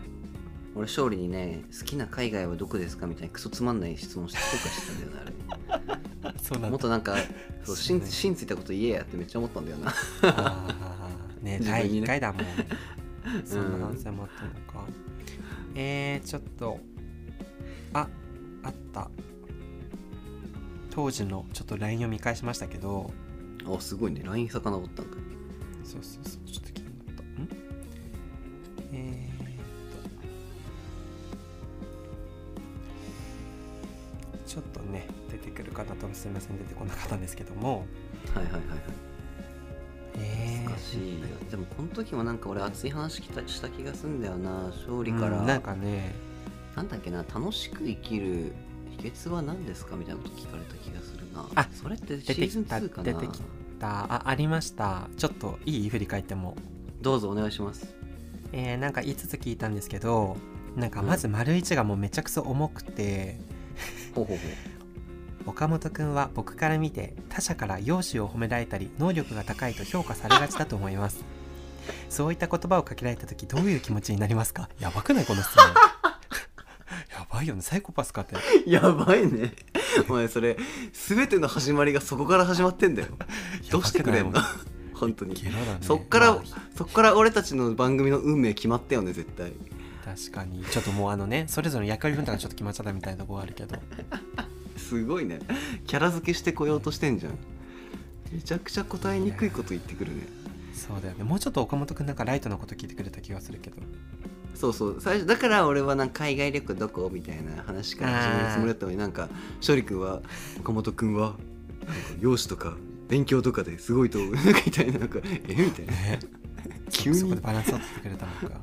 俺勝利にね好きな海外はどこですかみたいなクソつまんない質問して後悔してたんだよねあそうれな もんっだとなんかそう芯そうね芯ついたこと言えやってめっちゃ思ったんだよな あーね自第分にね1回だもんそんな反省もあったのか、えー、ちょっとああった当時のちょっと LINE を見返しましたけどあすごいね LINE 遡ったんかそうそうそうちょっと気になったんえー、っとちょっとね出てくるかなとすみません出てこなかったんですけどもはいはいはいはいえ難しいよでもこの時もなんか俺熱い話したした気がすんだよな勝利から、うんななんんかねだっけな楽しく生きる秘訣は何ですかみたいなこと聞かれた気がするなあそれってシ出てーズンきた2かな出てきだあありましたちょっといい振り返ってもどうぞお願いしますえーなんか5つ聞いたんですけどなんかまず丸一がもうめちゃくちゃ重くて、ほうほうほ岡本くんは僕から見て他者から容姿を褒められたり能力が高いと評価されがちだと思いますそういった言葉をかけられた時どういう気持ちになりますかやばくないこの質 問やばいよねサイコパスかってい うやばいねお前それ全ての始まりがそこから始まってん だよどうしてくれんの 本当にゲラだねそっからまそこから俺たちの番組の運命決まったよね絶対あ確かにちょっともうあのねそれぞれの役割分担がちょっと決まっちゃったみたいなとこがあるけどすごいねキャラ付けしてこようとしてんじゃんめちゃくちゃ答えにくいこと言ってくるねそうだよねもうちょっと岡本くんなんかライトなこと聞いてくれた気がするけどそうそう最初だから俺はなんか海外旅行どこみたいな話から始めるつもりだったのになんか勝利君は岡本君はなんか容姿とか勉強とかですごいと思うみたいななんかえみたいなね急にそこでバランスを取ってくれたもん か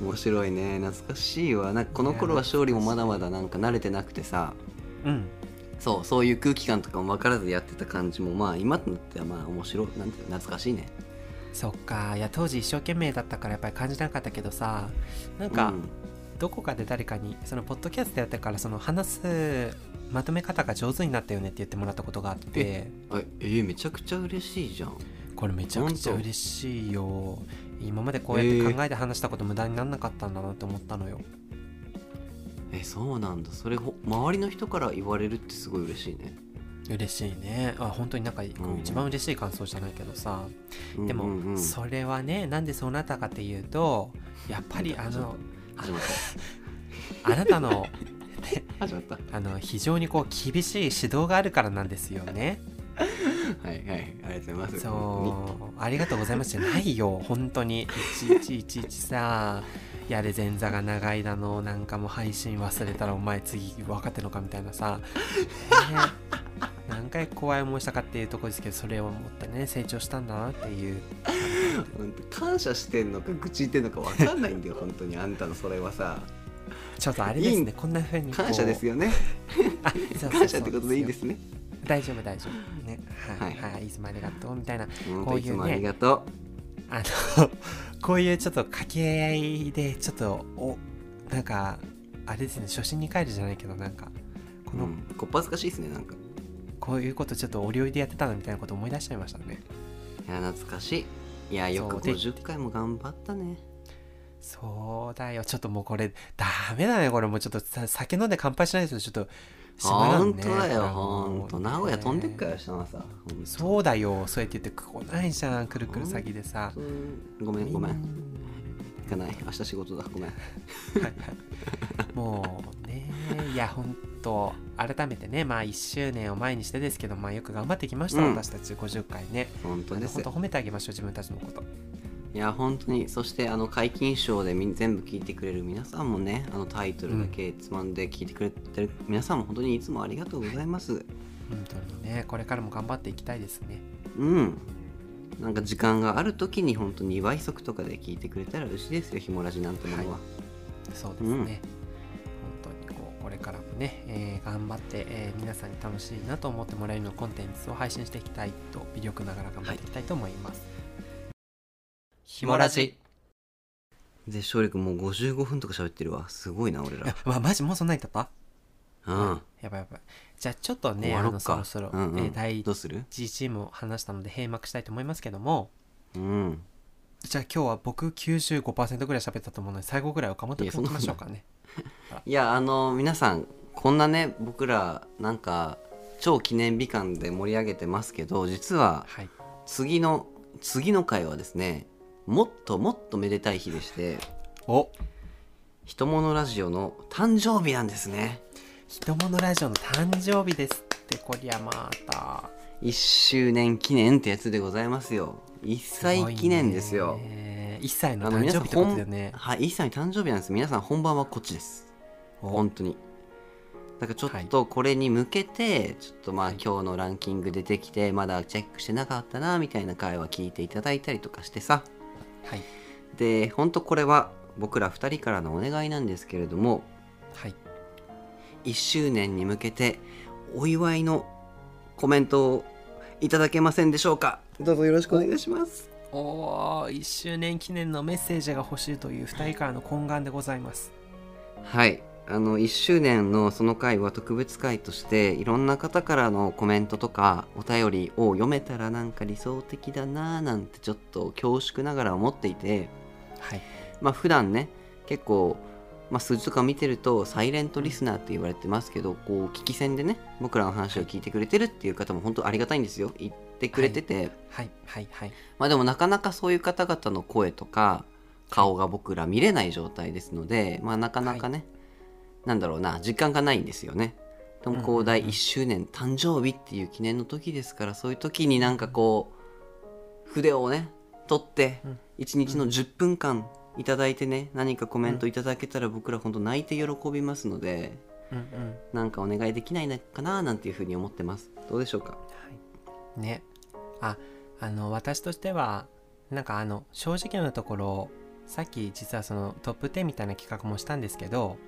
面白いね懐かしいわなんかこの頃は勝利もまだまだなんか慣れてなくてさうんそうそういう空気感とかも分からずやってた感じもまあ今となってはまあ面白いなんていうの懐かしいねそっかいや当時一生懸命だったからやっぱり感じなかったけどさなんかうんどこかで誰かにそのポッドキャストやったからその話すまとめ方が上手になったよねって言ってもらったことがあってあえーめちゃくちゃ嬉しいじゃんこれめちゃくちゃほんと嬉しいよ今までこうやって考えて話したこと無駄にならなかったんだなって思ったのよ、えそうなんだそれほ周りの人から言われるってすごい嬉しいね、嬉しいねあ本当になんかこう一番嬉しい感想じゃないけどさ、うんでうんうもんそれはねなんでそうなったかっていうとやっぱりあの始まっ あなたの た始まったあの非常にこう厳しい指導があるからなんですよね。はいはいありがとうございますそうありがとうございますじゃないよ本当にいちいちいちいちさやれ前座が長いだのなんかもう配信忘れたらお前次若手のかみたいなさ、ね、何回怖い思いしたかっていうとこですけどそれを持ってね成長したんだなっていうほんと感謝してんのか愚痴言ってんのか分かんないんだ よ本当にあんたのそれはさちょっとあれですいいねこんな風にこう感謝ですよねあそうそうそう感謝ってことでいいですね大丈夫大丈夫 ねはい、ははいいい、つもありがとうみたいな本こ当ういいうねつもありがとあの こういうちょっと掛け合いでちょっとおなんかあれですね初心に帰るじゃないけどなんかうこうの、んこっぱずかしいですねなんかこういうことちょっとお料理でやってたのみたいなこと思い出しちゃいましたねいや懐かしいいやよくそうで50回も頑張ったねそうだよちょっともうこれダメだねこれもうちょっとさ酒飲んで乾杯しないとちょっとまらほんんねとだよあのほんと名古屋飛んでっからねよ下のさほんとそうだよそうやって言って来ないじゃんくるくる詐欺でさごめんごめうん行かない明日仕事だごめんもうねいや本当改めてねまあ1周年を前にしてですけどまあよく頑張ってきました、うん私たち50回ね本当あでのす本当褒めてあげましょう自分たちのこといや本当にそしてあの解禁賞でみ全部聞いてくれる皆さんもねあのタイトルだけつまんで聞いてくれてる皆さんも本当にいつもありがとうございます本当にねこれからも頑張っていきたいですねうんなんか時間がある時に本当に2倍速とかで聞いてくれたら嬉しいですよひもラジなんてものは、そうですね、うん本当にこうこれからもね、えー頑張って、えー皆さんに楽しいなと思ってもらえるようなコンテンツを配信していきたいと微力ながら頑張っていきたいと思います、ひもラジで勝利君もう55分とか喋ってるわすごいな俺らえまマジもうそんなに経ったうんやばいやばいじゃあちょっと終ねわあろのっそろかそろ、うんうんえー第どうする1チームを話したので閉幕したいと思いますけどもうんじゃあ今日は僕95%ぐらい喋ったと思うので最後ぐらい岡本い君やいそんきなこまとなしょいうかねいやあの皆さんこんなね僕らなんか超記念日感で盛り上げてますけど実ははい次の次の回はですねもっともっとめでたい日でしてお「ひとものラジオ」の誕生日なんですねひとものラジオの誕生日ですってこりゃまた1周年記念ってやつでございますよ1歳記念ですよ1歳のあの誕皆生さん日ってこと本、だよねはい1歳の誕生日なんです皆さん本番はこっちですお本当にだからちょっとこれに向けてちょっとまあ今日のランキング出てきてまだチェックしてなかったなみたいな回は聞いていただいたりとかしてさはいで本当これは僕ら2人からのお願いなんですけれどもはい1周年に向けてお祝いのコメントをいただけませんでしょうかどうぞよろしくお願いしますおー1周年記念のメッセージが欲しいという2人からの懇願でございますはいあの1周年のその回は特別回としていろんな方からのコメントとかお便りを読めたらなんか理想的だなぁなんてちょっと恐縮ながら思っていてはいまあ普段ね結構、まあ、数字とか見てるとサイレントリスナーって言われてますけどこう聞き戦でね僕らの話を聞いてくれてるっていう方も本当ありがたいんですよ言ってくれてて、はいはいはいまあでもなかなかそういう方々の声とか顔が僕ら見れない状態ですので、まあ、なかなかね、なんだろうな実感がないんですよね。でもこうんうんううん第1周年誕生日っていう記念の時ですからそういう時になんかこう筆をね取ってうん1日の10分間いただいてね何かコメントいただけたら僕ら本当泣いて喜びますので、うんうんなんかお願いできないのかななんていうふうに思ってますどうでしょうかはい、ねああの私としてはなんかあの正直なところさっき実はそのトップ10みたいな企画もしたんですけど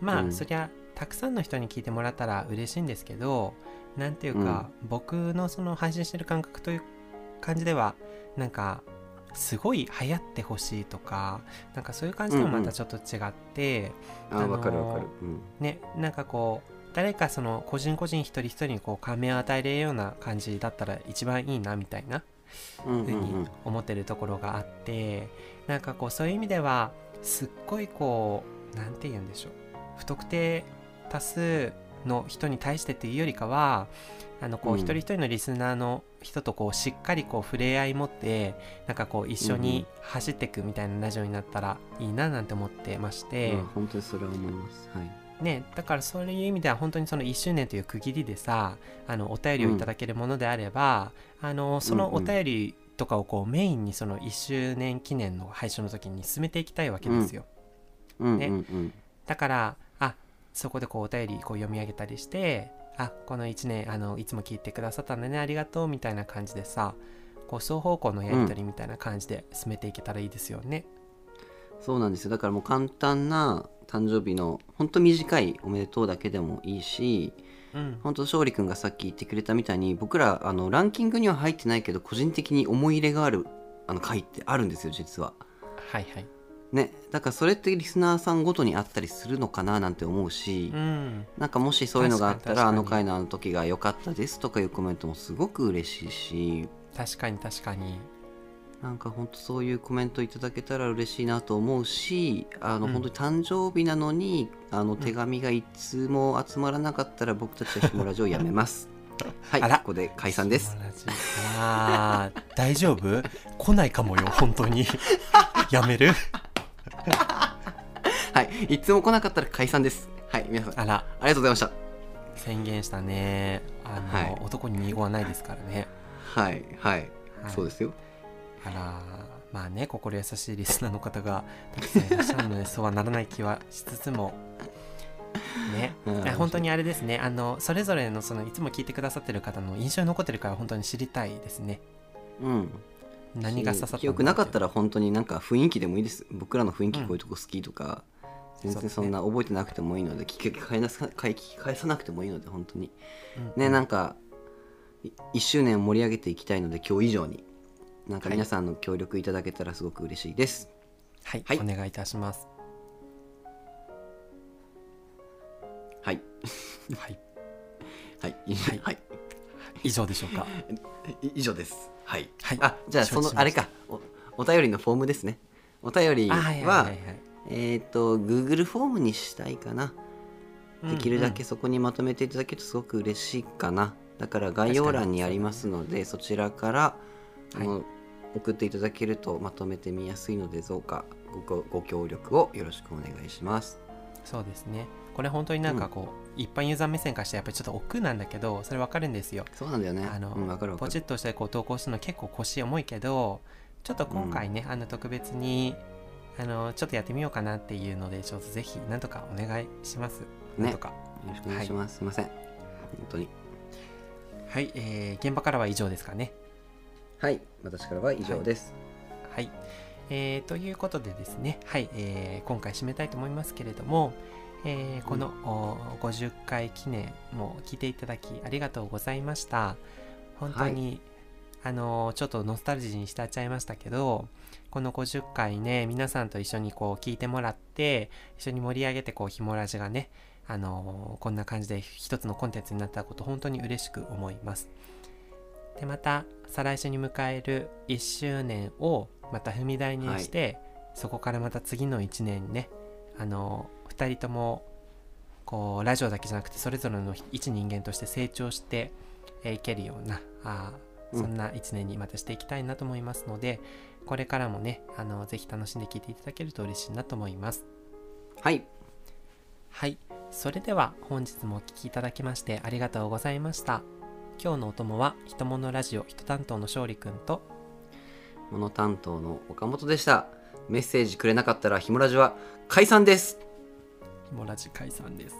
まあ、うんそりゃたくさんの人に聞いてもらったら嬉しいんですけどなんていうか、僕のその配信してる感覚という感じではなんかすごい流行ってほしいとかなんかそういう感じともまたちょっと違って、ああーのーわかるわかる、うんねなんかこう誰かその個人個人一人一人にこう感銘を与えれるような感じだったら一番いいなみたいなうんふううんうにん思ってるところがあってなんかこうそういう意味ではすっごいこうなんて言うんでしょう不特定多数の人に対してっていうよりかはあのこううん一人一人のリスナーの人とこうしっかりこう触れ合い持ってなんかこう一緒に走っていくみたいなラジオになったらいいななんて思ってまして。うん本当にそれは思いますはいね、だからそういう意味では本当にその1周年という区切りでさあのお便りをいただけるものであれば、あのそのお便りとかをこうメインにその1周年記念の配信の時に進めていきたいわけですよ、うんねうんうんだからあそこでこうお便りこう読み上げたりしてあこの1年あのいつも聞いてくださったんだねありがとうみたいな感じでさこう双方向のやり取りみたいな感じで進めていけたらいいですよね。そうなんですよだからもう簡単な誕生日の本当短いおめでとうだけでもいいしうん、本当勝利君がさっき言ってくれたみたいに僕らあのランキングには入ってないけど個人的に思い入れがあるあの回ってあるんですよ実は。はいはい。ね、だからそれってリスナーさんごとにあったりするのかななんて思うし、うん、なんかもしそういうのがあった確ら「かあにの回のあの時が良かったです」とかいうコメントもすごく嬉しいし確かに確かに。なんか本当そういうコメントいただけたら嬉しいなと思うしあのうん本当に誕生日なのにあの手紙がいつも集まらなかったら僕たちはヒモラジオやめ ます。はい、あらここで解散です。友達。ああ、大 丈夫来ないかもよ、本当に。やめるはい、いつも来なかったら解散です。はい、皆さんああら、りがとうございました。宣言したね。あの、はい男に二言はないですからね。はい、はい、はいそうですよ。あら、まあね、心優しいリスナーの方がたくさんいらっしゃるの で、そうはならない気はしつつも。ね、うんあ本当にあれですねあのそれぞれのそのいつも聞いてくださってる方の印象に残ってるから本当に知りたいですねうん。何が刺さったんだ記憶なかったらら本当になんか雰囲気でもいいです。僕らの雰囲気こういうとこ好きとか、うん全然そんな覚えてなくてもいいので、聞き返さ聞き返さなくてもいいので本当にねなんか1周年を盛り上げていきたいので今日以上になんかはい皆さんの協力いただけたらすごく嬉しいです。はい、はいお願いいたしますはいはい はい はい、はい、以上でしょ うかい以上です。はい。はいあじゃあ承その知しましたあれかおお便りのフォームですね。お便りあは、はいはいはいはいえっ、と Google フォームにしたいかな。できるだけそこにまとめていただけるとすごく嬉しいかな。だから概要欄にありますのでそちらから、いあの送っていただけるとまとめて見やすいのでどうかごご協力をよろしくお願いします。そうですねこれ本当になんかこう、一般ユーザー目線からしてやっぱりちょっと億劫なんだけどそれわかるんですよそうなんだよね。あのうん、わかるわかポるチッとしてこう投稿するの結構腰重いけどちょっと今回ね、あの特別にあのちょっとやってみようかなっていうのでちょっとぜひなんとかお願いします、なんとかよろしくお願いします。すいません。本当に。はい、えー現場からは以上ですかねはい。私からは以上です。はい、えーということでですね、はいえー今回締めたいと思いますけれども、えーこの、お50回記念も聞いていただきありがとうございました本当に、あのーちょっとノスタルジーに浸っちゃいましたけどこの50回ね皆さんと一緒にこう聞いてもらって一緒に盛り上げてこうひもラジがねあのーこんな感じで一つのコンテンツになったこと本当に嬉しく思いますでまた再来週に迎える1周年をまた踏み台にして、そこからまた次の1年ねあの2人ともこうラジオだけじゃなくてそれぞれの一人間として成長してえーいけるようなあーうんそんな1年にまたしていきたいなと思いますので、これからもねあのぜひ楽しんで聞いていただけると嬉しいなと思います。はい。はい、それでは本日もお聴きいただきましてありがとうございました。今日のお供は「ひとものラジオ」人担当の勝利くんとモノ担当の岡本でした。メッセージくれなかったらひもラジは解散ですひもラジ解散です